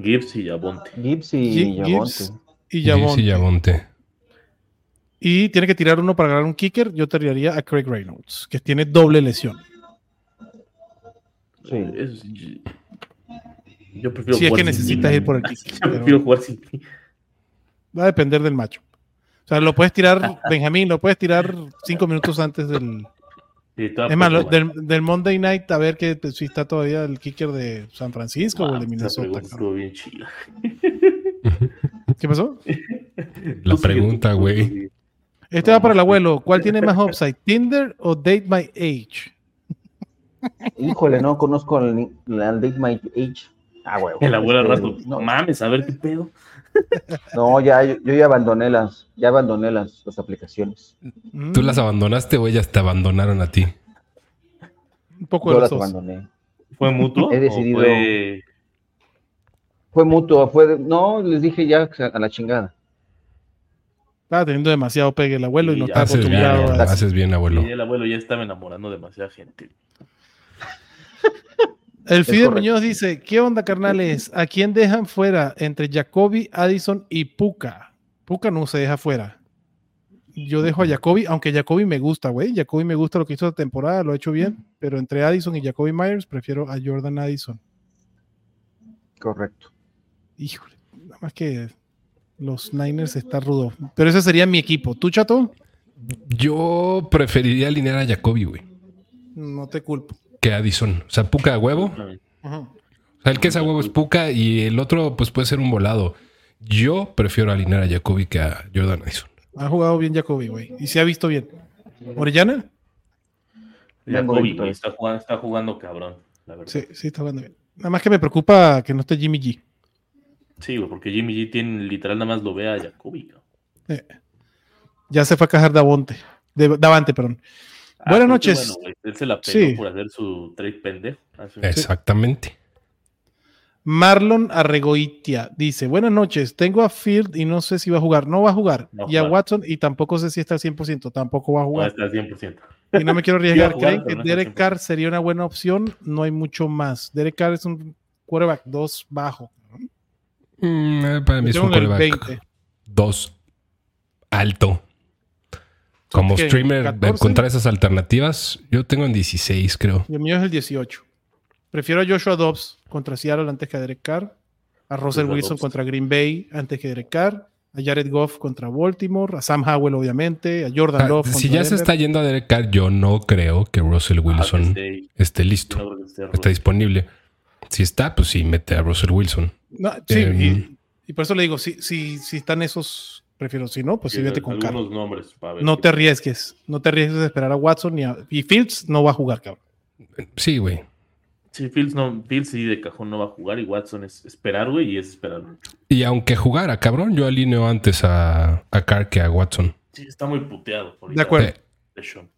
[SPEAKER 4] Gibbs y Abonte.
[SPEAKER 3] Gibbs y
[SPEAKER 2] Gi-
[SPEAKER 3] Javonte.
[SPEAKER 2] Gibbs y
[SPEAKER 5] Y
[SPEAKER 2] Yabonte.
[SPEAKER 5] Sí, Yabonte.
[SPEAKER 2] Y tiene que tirar uno para ganar un kicker. Yo tiraría a Craig Reynolds, que tiene doble lesión.
[SPEAKER 3] Sí.
[SPEAKER 4] Es- yo prefiero
[SPEAKER 2] si es que
[SPEAKER 4] jugar sin
[SPEAKER 2] necesitas
[SPEAKER 4] Gibbs.
[SPEAKER 2] ir por el kicker.
[SPEAKER 4] Yo
[SPEAKER 2] pero
[SPEAKER 4] prefiero jugar sin Gibbs.
[SPEAKER 2] va a depender del macho. O sea, lo puedes tirar, Benjamín, lo puedes tirar cinco minutos antes del,
[SPEAKER 4] Sí, estaba
[SPEAKER 2] Es más, lo-
[SPEAKER 4] por jugar.
[SPEAKER 2] del, del Monday Night, a ver que pues, si está todavía el kicker de San Francisco o el de
[SPEAKER 4] Wow, esa
[SPEAKER 2] Minnesota.
[SPEAKER 4] pregunta
[SPEAKER 2] cabrón.
[SPEAKER 4] estuvo bien chida.
[SPEAKER 2] ¿Qué pasó?
[SPEAKER 5] La
[SPEAKER 4] Tú sigue,
[SPEAKER 5] pregunta,
[SPEAKER 4] tú, tú
[SPEAKER 5] güey.
[SPEAKER 4] sigue.
[SPEAKER 2] Este va para el abuelo. ¿Cuál tiene más upside? ¿Tinder o Date My Age?
[SPEAKER 3] Híjole, no conozco al, ni- al Big Mike H. Ah, huevo.
[SPEAKER 4] El abuelo al
[SPEAKER 3] Este,
[SPEAKER 4] rato. No
[SPEAKER 3] No,
[SPEAKER 4] mames, a ver qué pedo.
[SPEAKER 3] no, ya, yo, yo ya abandoné las, ya abandoné las, las aplicaciones.
[SPEAKER 2] Mm,
[SPEAKER 5] ¿Tú las abandonaste o ellas te abandonaron a ti?
[SPEAKER 2] un poco
[SPEAKER 3] Yo
[SPEAKER 2] de los
[SPEAKER 3] las
[SPEAKER 2] dos.
[SPEAKER 3] abandoné.
[SPEAKER 4] ¿Fue mutuo?
[SPEAKER 3] He
[SPEAKER 4] o
[SPEAKER 3] decidido-
[SPEAKER 4] fue-
[SPEAKER 3] Fue mutuo, fue, de- no, les dije ya a la chingada.
[SPEAKER 2] Estaba teniendo demasiado pegue el abuelo y no
[SPEAKER 4] Sí,
[SPEAKER 2] está
[SPEAKER 4] ya,
[SPEAKER 5] Haces bien,
[SPEAKER 2] acostumbrado.
[SPEAKER 5] abuelo,
[SPEAKER 2] a-
[SPEAKER 3] las-
[SPEAKER 5] haces bien, abuelo.
[SPEAKER 4] Sí, el abuelo ya estaba enamorando demasiada gente.
[SPEAKER 2] El Fide
[SPEAKER 3] correcto.
[SPEAKER 2] Muñoz dice: ¿Qué onda, carnales? ¿A quién dejan fuera entre Jacoby, Addison y Puka? Puka no se deja fuera. Yo dejo a Jacoby, aunque Jacoby me gusta, güey. Jacoby me gusta lo que hizo esta temporada, lo ha hecho bien. Pero entre Addison y Jacoby Myers, prefiero a Jordan Addison.
[SPEAKER 3] Correcto.
[SPEAKER 2] Híjole, nada más que los Niners está rudo. Pero ese sería mi equipo. ¿Tú, chato?
[SPEAKER 5] Yo preferiría alinear a Jacoby, güey,
[SPEAKER 2] No te culpo.
[SPEAKER 5] que a Addison. O sea, Puka a huevo. O sea, el que es a huevo es Puka y el otro, pues puede ser un volado. Yo prefiero alinear a Jacoby que a Jordan Addison.
[SPEAKER 2] Ha jugado bien Jacoby, güey. Y se ha visto bien. ¿Orellana?
[SPEAKER 3] Vengo
[SPEAKER 4] Jacoby,
[SPEAKER 3] victor.
[SPEAKER 4] güey, está jugando, está jugando cabrón, la verdad.
[SPEAKER 2] Sí, sí, está jugando bien. Nada más que me preocupa que no esté Jimmy G.
[SPEAKER 4] Sí, güey, porque Jimmy G tiene literal nada más lo ve a Jacoby. cabrón.
[SPEAKER 2] Eh, ya se fue a cajar Davonte. De- Davante, perdón.
[SPEAKER 4] Ah,
[SPEAKER 2] Buenas
[SPEAKER 4] pero qué
[SPEAKER 2] noches.
[SPEAKER 4] bueno, güey, él se la pegó
[SPEAKER 2] Sí.
[SPEAKER 4] por hacer su trade pendejo. Hace un-
[SPEAKER 5] Exactamente.
[SPEAKER 2] Marlon Arregoitia dice: Buenas noches, tengo a Field y no sé si va a jugar. No va a jugar.
[SPEAKER 4] No va a
[SPEAKER 2] y a
[SPEAKER 4] jugar.
[SPEAKER 2] Watson y tampoco sé si está al 100%. Tampoco va a
[SPEAKER 4] No,
[SPEAKER 2] jugar.
[SPEAKER 4] está al 100%.
[SPEAKER 2] Y no me quiero
[SPEAKER 4] Iba
[SPEAKER 2] arriesgar.
[SPEAKER 4] a jugar,
[SPEAKER 2] ¿Creen
[SPEAKER 4] pero
[SPEAKER 2] que
[SPEAKER 4] no está al
[SPEAKER 2] Derek Carr sería una buena opción? No hay mucho más. Derek Carr es un quarterback 2 bajo.
[SPEAKER 5] Mm, eh, para mí es
[SPEAKER 2] Yo
[SPEAKER 5] un
[SPEAKER 2] en el
[SPEAKER 5] quarterback
[SPEAKER 2] 20.
[SPEAKER 5] dos alto. Como
[SPEAKER 2] ¿Qué?
[SPEAKER 5] streamer,
[SPEAKER 2] 14?
[SPEAKER 5] encontrar esas alternativas, yo tengo en 16, creo.
[SPEAKER 2] Y el mío es el 18. Prefiero a Joshua Dobbs contra Seattle antes que a Derek Carr, a Russell
[SPEAKER 4] Joshua
[SPEAKER 2] Wilson
[SPEAKER 4] Dobbs.
[SPEAKER 2] contra Green Bay antes que Derek Carr, a Jared Goff contra Baltimore, a Sam Howell obviamente, a Jordan
[SPEAKER 5] Ah,
[SPEAKER 2] Love
[SPEAKER 5] si
[SPEAKER 2] contra
[SPEAKER 5] ya se
[SPEAKER 2] Denver.
[SPEAKER 5] está yendo a Derek Carr, yo no creo que Russell
[SPEAKER 4] Ah,
[SPEAKER 5] Wilson
[SPEAKER 4] desde-
[SPEAKER 5] esté
[SPEAKER 4] yo no
[SPEAKER 5] listo,
[SPEAKER 4] creo que esté
[SPEAKER 5] está
[SPEAKER 4] Russell.
[SPEAKER 5] disponible. Si está, pues sí, mete a Russell Wilson.
[SPEAKER 2] No, sí,
[SPEAKER 5] Em.
[SPEAKER 2] y, y por eso le digo, si, si, si están esos, prefiero, si no, pues sí,
[SPEAKER 4] Tiene
[SPEAKER 2] vete con Carr.
[SPEAKER 4] algunos nombres para ver
[SPEAKER 2] No
[SPEAKER 4] qué-
[SPEAKER 2] te arriesgues, no te arriesgues a esperar a Watson ni a, y Fields no va a jugar, cabrón.
[SPEAKER 5] Sí, güey.
[SPEAKER 4] Sí, Fields, no, Fields sí de cajón no va a jugar y Watson es esperar, güey, y es esperar mucho.
[SPEAKER 5] Y aunque jugara, cabrón, yo alineo antes a, a Carr que a Watson.
[SPEAKER 4] Sí, está muy puteado. ahorita.
[SPEAKER 2] De acuerdo.
[SPEAKER 5] Eh,
[SPEAKER 4] De Sean.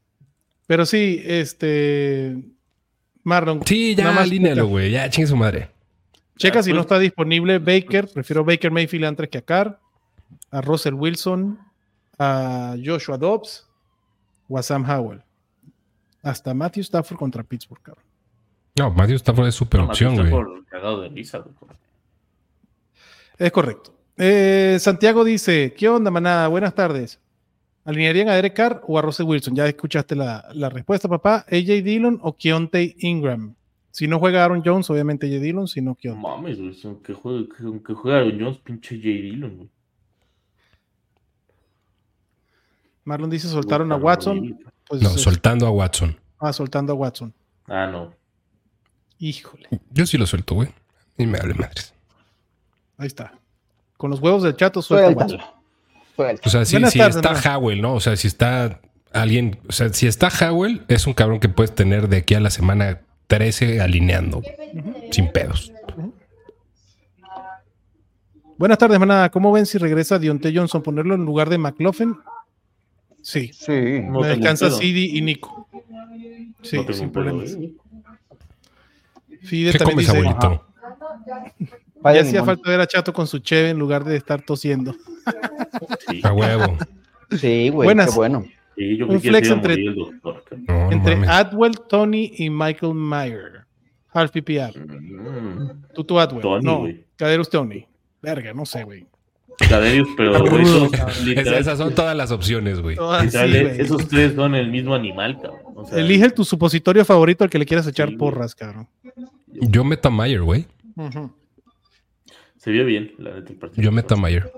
[SPEAKER 2] Pero sí, este Marlon,
[SPEAKER 5] Sí, ya
[SPEAKER 2] Nada más
[SPEAKER 5] alínealo, güey. Ya, chingue su madre.
[SPEAKER 2] Checa si
[SPEAKER 4] Después-
[SPEAKER 2] no está disponible Baker. Prefiero Baker Mayfield antes que a Carr, a Russell Wilson, a Joshua Dobbs o a Sam Howell. Hasta Matthew Stafford contra Pittsburgh, cabrón.
[SPEAKER 5] No, Matthew Stafford es super
[SPEAKER 4] No,
[SPEAKER 5] opción,
[SPEAKER 4] Matthew
[SPEAKER 5] güey.
[SPEAKER 4] Stafford cagado de risa, güey.
[SPEAKER 2] Es correcto. Eh, Santiago dice: ¿Qué onda, manada? Buenas tardes. ¿Alinearían a Derek Carr o a Russell Wilson? Ya escuchaste la, la respuesta, papá. ¿AJ Dillon o Keontae Ingram? Si no juega Aaron Jones, obviamente AJ Dillon, si no
[SPEAKER 4] No
[SPEAKER 2] Keontae.
[SPEAKER 4] mames, güey. son- Que juega, que, que juega Aaron Jones, pinche J. Dillon, güey.
[SPEAKER 2] Marlon dice: soltaron a
[SPEAKER 4] Puta,
[SPEAKER 2] Watson.
[SPEAKER 4] horrible.
[SPEAKER 2] Pues
[SPEAKER 5] No,
[SPEAKER 2] es-
[SPEAKER 5] soltando a Watson.
[SPEAKER 2] ah, soltando a Watson.
[SPEAKER 4] Ah, no.
[SPEAKER 2] Híjole.
[SPEAKER 5] Yo sí lo suelto, güey. Y me hable madres.
[SPEAKER 2] Ahí está. Con los huevos del chato suelta.
[SPEAKER 3] Suéltalo.
[SPEAKER 2] Watson.
[SPEAKER 5] O
[SPEAKER 3] Suéltalo.
[SPEAKER 5] sea, si,
[SPEAKER 2] Buenas
[SPEAKER 5] si
[SPEAKER 2] tardes,
[SPEAKER 5] está
[SPEAKER 2] Andrea.
[SPEAKER 5] Howell, ¿no? O sea, si está alguien. O sea, si está Howell, es un cabrón que puedes tener de aquí a la semana 13 alineando. güey. Sin pedos.
[SPEAKER 2] Buenas tardes, manada. ¿Cómo ven si regresa Dionte Johnson? ¿Ponerlo en lugar de McLaughlin? Sí.
[SPEAKER 3] Sí.
[SPEAKER 4] No
[SPEAKER 2] me
[SPEAKER 4] tengo
[SPEAKER 2] alcanza
[SPEAKER 4] pedo.
[SPEAKER 2] CD y Nico. Sí,
[SPEAKER 4] No tengo
[SPEAKER 2] sin
[SPEAKER 4] pedo,
[SPEAKER 2] problemas.
[SPEAKER 4] güey.
[SPEAKER 2] Fide
[SPEAKER 5] ¿Qué
[SPEAKER 2] también
[SPEAKER 5] comes,
[SPEAKER 2] dice,
[SPEAKER 5] abuelito?
[SPEAKER 3] Ajá.
[SPEAKER 2] ya
[SPEAKER 3] Falla
[SPEAKER 2] hacía
[SPEAKER 3] limón.
[SPEAKER 2] falta ver a Chato con su cheve en lugar de estar tosiendo.
[SPEAKER 4] Sí,
[SPEAKER 5] A huevo.
[SPEAKER 3] Sí, güey,
[SPEAKER 2] Buenas.
[SPEAKER 3] qué bueno.
[SPEAKER 4] sí, yo
[SPEAKER 2] Un
[SPEAKER 4] creo que
[SPEAKER 2] flex
[SPEAKER 4] se iba a
[SPEAKER 2] entre-
[SPEAKER 4] morir el doctor. cabrón.
[SPEAKER 5] No, no
[SPEAKER 2] Entre
[SPEAKER 5] mames.
[SPEAKER 2] Adwell, Tony y Michael Meyer. Half PPR.
[SPEAKER 4] Mm.
[SPEAKER 2] Tutu Adwell.
[SPEAKER 4] Tony,
[SPEAKER 2] no,
[SPEAKER 4] güey.
[SPEAKER 2] Caderus Tony. Verga, no sé, güey.
[SPEAKER 4] Caderius, pero güey, son-
[SPEAKER 5] Es-
[SPEAKER 4] literal,
[SPEAKER 5] esas son todas las opciones, güey.
[SPEAKER 2] No, así,
[SPEAKER 4] literal,
[SPEAKER 2] Ah,
[SPEAKER 4] eh,
[SPEAKER 2] güey.
[SPEAKER 4] esos tres son el mismo animal, cabrón. O sea,
[SPEAKER 2] Elige tu supositorio favorito al que le quieras echar
[SPEAKER 4] Sí, güey.
[SPEAKER 2] porras, cabrón.
[SPEAKER 5] Yo meto a Mayer, güey.
[SPEAKER 2] Ujú.
[SPEAKER 4] Se vio bien, la neta, el partido.
[SPEAKER 5] Yo meto a Mayer.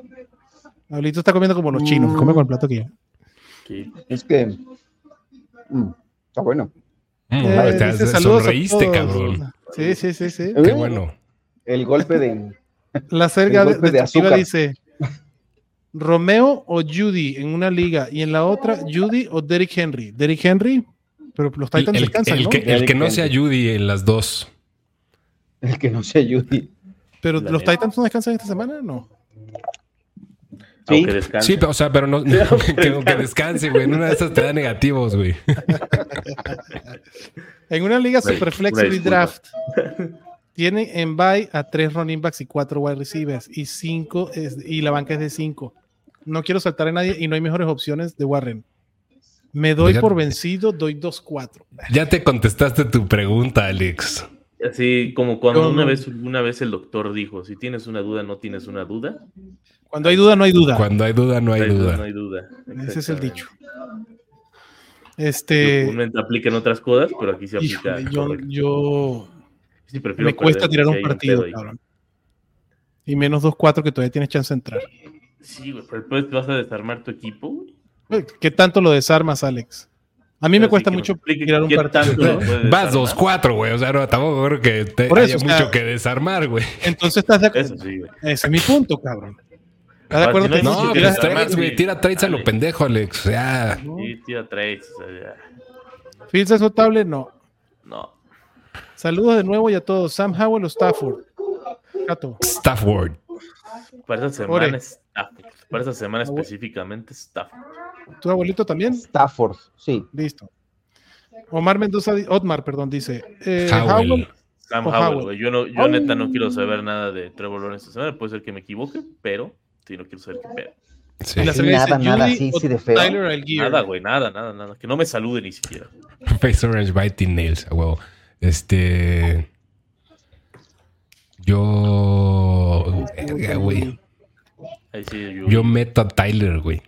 [SPEAKER 2] Pablito está comiendo como los chinos,
[SPEAKER 3] Mm.
[SPEAKER 2] come con el plato que ya.
[SPEAKER 4] Sí.
[SPEAKER 3] Es que. mm, está bueno.
[SPEAKER 5] Mm,
[SPEAKER 2] Eh,
[SPEAKER 5] güey, te-
[SPEAKER 2] dice, saludos a
[SPEAKER 5] sonreíste,
[SPEAKER 2] todos. Eh,
[SPEAKER 5] cabrón.
[SPEAKER 2] Sí, sí, sí, sí.
[SPEAKER 5] Qué bueno.
[SPEAKER 3] El golpe de.
[SPEAKER 2] La cerga
[SPEAKER 3] El
[SPEAKER 2] de,
[SPEAKER 3] golpe
[SPEAKER 2] de
[SPEAKER 3] de
[SPEAKER 2] Chativa
[SPEAKER 3] azúcar.
[SPEAKER 2] dice Romeo o Judy en una liga y en la otra Judy o Derrick Henry. Derrick Henry, pero los
[SPEAKER 5] El,
[SPEAKER 2] Titans
[SPEAKER 5] el-
[SPEAKER 2] descansan,
[SPEAKER 5] el
[SPEAKER 2] ¿no?
[SPEAKER 5] que, el que no sea Judy en las dos.
[SPEAKER 3] El que no se ayude.
[SPEAKER 2] Pero
[SPEAKER 4] La
[SPEAKER 2] los
[SPEAKER 4] neta.
[SPEAKER 2] Titans no descansan esta semana, no.
[SPEAKER 4] Aunque descanse.
[SPEAKER 5] Sí, pero, o sea, pero no, que, que descanse, güey. En una de esas te da negativos, güey.
[SPEAKER 2] En una liga
[SPEAKER 4] Güey,
[SPEAKER 2] super
[SPEAKER 4] güey,
[SPEAKER 2] flexible
[SPEAKER 4] disculpa.
[SPEAKER 2] draft tienen en bye a tres running backs y cuatro wide receivers y cinco es- y la banca es de cinco. No quiero saltar a nadie y no hay mejores opciones de Warren. Me doy
[SPEAKER 5] Oigan.
[SPEAKER 2] por vencido, doy 2-4.
[SPEAKER 5] Ya te contestaste tu pregunta, Alex.
[SPEAKER 4] Así como cuando
[SPEAKER 2] Yo
[SPEAKER 4] una
[SPEAKER 2] no.
[SPEAKER 4] vez una vez el doctor dijo, si tienes una duda, no tienes una duda.
[SPEAKER 2] Cuando hay duda, no hay duda.
[SPEAKER 5] Cuando hay duda, no hay
[SPEAKER 4] Ahí No
[SPEAKER 5] duda.
[SPEAKER 4] hay duda.
[SPEAKER 2] Ese es el
[SPEAKER 4] Exactamente.
[SPEAKER 2] dicho. Este,
[SPEAKER 4] Comúnmente aplica en otras cosas, pero aquí se aplica.
[SPEAKER 2] híjole, yo,
[SPEAKER 4] correcto.
[SPEAKER 2] yo
[SPEAKER 4] Sí, prefiero
[SPEAKER 2] me cuesta
[SPEAKER 4] perder,
[SPEAKER 2] tirar
[SPEAKER 4] si
[SPEAKER 2] un
[SPEAKER 4] hay
[SPEAKER 2] partido,
[SPEAKER 4] pedo ahí.
[SPEAKER 2] cabrón. Y menos 2-4 que todavía tienes chance de entrar.
[SPEAKER 4] Sí, güey, pero después vas a desarmar tu equipo. güey.
[SPEAKER 2] ¿Qué tanto lo desarmas, Alex? A mí
[SPEAKER 4] Pero
[SPEAKER 2] me
[SPEAKER 4] sí
[SPEAKER 2] cuesta
[SPEAKER 4] que me
[SPEAKER 2] mucho
[SPEAKER 4] explique
[SPEAKER 2] tirar un
[SPEAKER 4] qué
[SPEAKER 2] partido.
[SPEAKER 4] tanto lo puedes
[SPEAKER 5] Vas dos,
[SPEAKER 4] desarmar.
[SPEAKER 5] cuatro, güey. O sea, no, tampoco creo que te
[SPEAKER 2] Por eso,
[SPEAKER 5] haya
[SPEAKER 2] o sea,
[SPEAKER 5] mucho que desarmar, güey.
[SPEAKER 2] Entonces estás de acuerdo.
[SPEAKER 4] Eso sí, güey.
[SPEAKER 2] Ese es mi punto, cabrón. ¿Estás de
[SPEAKER 4] Aparte,
[SPEAKER 2] acuerdo?
[SPEAKER 4] no
[SPEAKER 2] que
[SPEAKER 4] hay
[SPEAKER 2] si
[SPEAKER 5] No,
[SPEAKER 4] que
[SPEAKER 5] pues
[SPEAKER 2] tiras-
[SPEAKER 4] desarmar,
[SPEAKER 5] trades, güey.
[SPEAKER 4] sí.
[SPEAKER 5] Tira trades a lo
[SPEAKER 4] Dale.
[SPEAKER 5] pendejo, Alex. Ya.
[SPEAKER 4] Sí, tira trades. o sea, ya.
[SPEAKER 2] Fields es notable, no.
[SPEAKER 4] No.
[SPEAKER 2] Saludos de nuevo y a todos. Sam Howell o Stafford. Gato.
[SPEAKER 5] Stafford.
[SPEAKER 4] Para esa semana,
[SPEAKER 2] Ore.
[SPEAKER 4] Stafford. Para esa semana
[SPEAKER 2] Abuel-
[SPEAKER 4] específicamente, Stafford.
[SPEAKER 2] ¿Tu abuelito también?
[SPEAKER 3] Stafford, sí.
[SPEAKER 2] Listo. Omar Mendoza, di- Otmar, perdón, dice. eh,
[SPEAKER 5] Howell.
[SPEAKER 2] Howell,
[SPEAKER 4] Sam
[SPEAKER 2] O
[SPEAKER 4] Howell,
[SPEAKER 2] Howell.
[SPEAKER 4] güey. Yo, no, yo neta no quiero saber nada de Trevor Lawrence esta semana. Puede ser que me equivoque, pero sí, no quiero saber qué pedo.
[SPEAKER 5] Sí.
[SPEAKER 2] y la
[SPEAKER 3] Sí,
[SPEAKER 2] serie
[SPEAKER 3] nada,
[SPEAKER 2] dice,
[SPEAKER 3] nada,
[SPEAKER 2] Judy
[SPEAKER 3] sí,
[SPEAKER 2] o
[SPEAKER 3] sí, de feo.
[SPEAKER 2] Tyler Algier.
[SPEAKER 4] Nada, güey, nada, nada, nada. Que no me salude ni siquiera.
[SPEAKER 5] Face Orange Biting Nails, a huevo. Este. Yo. Verga, güey.
[SPEAKER 4] Ahí sí, yo,
[SPEAKER 5] Yo meto a Tyler, güey.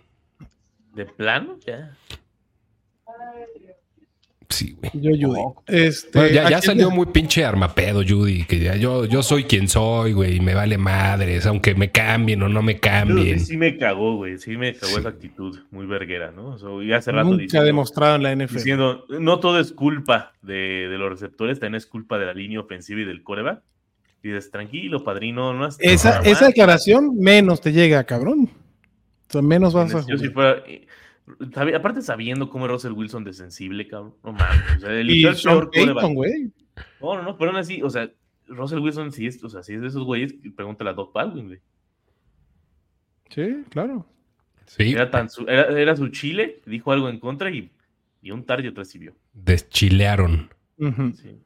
[SPEAKER 4] de plano, ya.
[SPEAKER 5] Sí, güey.
[SPEAKER 2] Yo, Judy. Este,
[SPEAKER 5] Bueno, ya,
[SPEAKER 2] ¿a
[SPEAKER 5] ya
[SPEAKER 2] quién
[SPEAKER 5] salió
[SPEAKER 2] le-
[SPEAKER 5] muy pinche armapedo, Judy. Que ya yo, yo soy quien soy, güey. Y me vale madres. Aunque me cambien o no me
[SPEAKER 4] Sí,
[SPEAKER 5] cambien.
[SPEAKER 4] sí me cagó, güey. Sí me cagó
[SPEAKER 5] Sí.
[SPEAKER 4] esa actitud muy verguera, ¿no? O sea, y hace rato
[SPEAKER 2] Nunca ha
[SPEAKER 4] diciendo,
[SPEAKER 2] demostrado en la NFL.
[SPEAKER 4] diciendo, no todo es culpa de, de los receptores, también es culpa de la línea ofensiva y del coreback. Y dices, tranquilo, padrino, no has
[SPEAKER 2] Esa,
[SPEAKER 4] Ajá,
[SPEAKER 2] esa
[SPEAKER 4] man.
[SPEAKER 2] declaración menos te llega, cabrón. O sea, menos vas a
[SPEAKER 4] Yo si
[SPEAKER 2] jugar.
[SPEAKER 4] fuera- eh, sabi- aparte sabiendo cómo es Russell Wilson de sensible, cabrón. No mames. O sea,
[SPEAKER 2] Y
[SPEAKER 4] eligió el
[SPEAKER 2] Sean
[SPEAKER 4] peor
[SPEAKER 2] Payton,
[SPEAKER 4] quarterback.
[SPEAKER 2] güey.
[SPEAKER 4] No, no, no, pero aún así, o sea, Russell Wilson si es, o sea, si es de esos güeyes, pregúntale a Doc Baldwin, güey.
[SPEAKER 2] Sí, claro.
[SPEAKER 5] Sí.
[SPEAKER 4] Era, tan su, era, era su chile, dijo algo en contra y, y un target recibió.
[SPEAKER 5] Deschilearon.
[SPEAKER 2] Ujú.
[SPEAKER 4] Sí.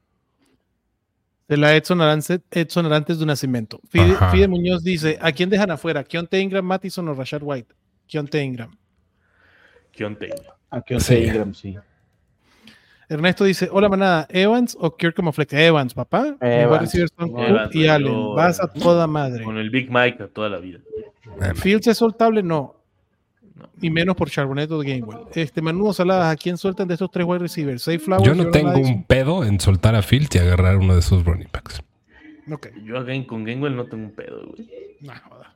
[SPEAKER 2] De la Edson Arantes, Edson Arantes de Nacimiento. Fide,
[SPEAKER 5] Ajá.
[SPEAKER 2] Fide Muñoz dice: ¿A quién dejan afuera? ¿Keontae Ingram, Mattison o Rashad White? Keontae Ingram.
[SPEAKER 4] Keontae.
[SPEAKER 3] A Ah,
[SPEAKER 5] Sí.
[SPEAKER 3] Ingram, sí.
[SPEAKER 2] Ernesto dice: Hola, manada. ¿Evans o Kirk como flex? Evans, papá.
[SPEAKER 3] Evans.
[SPEAKER 2] Wide receivers son Cook
[SPEAKER 4] Evans,
[SPEAKER 2] y
[SPEAKER 4] yo-
[SPEAKER 2] Allen. Vas a toda madre.
[SPEAKER 4] Con el Big Mike a toda la vida.
[SPEAKER 5] Ah,
[SPEAKER 2] Fields es soltable, no.
[SPEAKER 4] No.
[SPEAKER 2] Y menos por Charbonnet o Gamewell. Este, Manudo Saladas, ¿a quién sueltan de estos tres wide receivers? Safe Flowers.
[SPEAKER 5] Yo no
[SPEAKER 2] Jordan
[SPEAKER 5] tengo
[SPEAKER 2] Addison?
[SPEAKER 5] un pedo en soltar a Fields y agarrar uno de esos running backs.
[SPEAKER 2] Ok,
[SPEAKER 4] Yo a Gang- con Gangwell no tengo un pedo, güey.
[SPEAKER 2] no joda.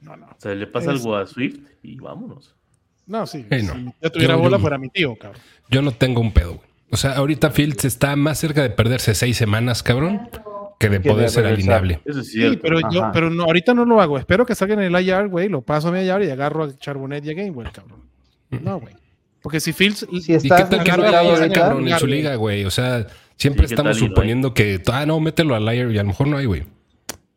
[SPEAKER 2] No, no.
[SPEAKER 4] O sea, le pasa
[SPEAKER 2] Es-
[SPEAKER 4] algo a Swift y vámonos.
[SPEAKER 2] No, sí.
[SPEAKER 5] Sí, no.
[SPEAKER 2] si yo tuviera
[SPEAKER 5] Yo- yo-
[SPEAKER 2] bola para mi tío, cabrón.
[SPEAKER 5] Yo no tengo un pedo, güey. O sea, ahorita Fields está más cerca de perderse seis semanas, cabrón, que de
[SPEAKER 3] Que de
[SPEAKER 5] poder ser
[SPEAKER 3] regresar.
[SPEAKER 5] alineable.
[SPEAKER 4] Eso es cierto.
[SPEAKER 2] Sí, pero, yo,
[SPEAKER 3] Ajá.
[SPEAKER 2] pero no, ahorita no lo hago. Espero que salgan en el IR, güey. Lo paso a mi IR y agarro a Charbonnet y a Gamewell, cabrón. No, güey. Porque si Fields.
[SPEAKER 3] Si
[SPEAKER 5] ¿Y qué
[SPEAKER 3] estás
[SPEAKER 5] tal que no
[SPEAKER 2] agarra
[SPEAKER 5] le ha dado
[SPEAKER 2] la
[SPEAKER 5] ese
[SPEAKER 2] liga,
[SPEAKER 5] cabrón en
[SPEAKER 2] agarra.
[SPEAKER 5] su liga, güey? O sea, siempre
[SPEAKER 4] Sí, ¿qué
[SPEAKER 5] estamos
[SPEAKER 4] tal y no hay?
[SPEAKER 5] suponiendo que, ah, no, mételo al liar y a lo mejor no hay, güey. No,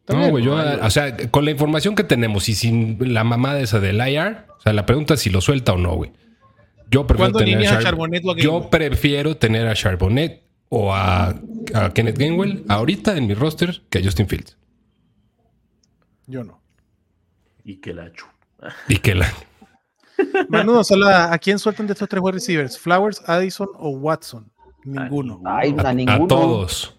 [SPEAKER 2] También,
[SPEAKER 5] güey, yo,
[SPEAKER 4] no hay,
[SPEAKER 5] o sea, con la información que tenemos y sin la mamada esa del IR, o sea, la pregunta es si lo suelta o no, güey. Yo prefiero
[SPEAKER 2] ¿Cuándo
[SPEAKER 5] tener a,
[SPEAKER 2] alineas a
[SPEAKER 5] Char-
[SPEAKER 2] Charbonnet o a
[SPEAKER 5] Yo
[SPEAKER 2] Gainwell?
[SPEAKER 5] prefiero tener a Charbonnet o a, a Kenneth Gainwell ahorita en mi roster que a Justin Fields.
[SPEAKER 2] Yo no.
[SPEAKER 4] Y que la chu.
[SPEAKER 5] Y que la
[SPEAKER 2] Manudo Salada, ¿a quién sueltan de estos tres wide receivers? ¿Flowers, Addison o Watson? Ninguno.
[SPEAKER 3] Ay, a,
[SPEAKER 5] a,
[SPEAKER 3] ninguno.
[SPEAKER 5] a todos.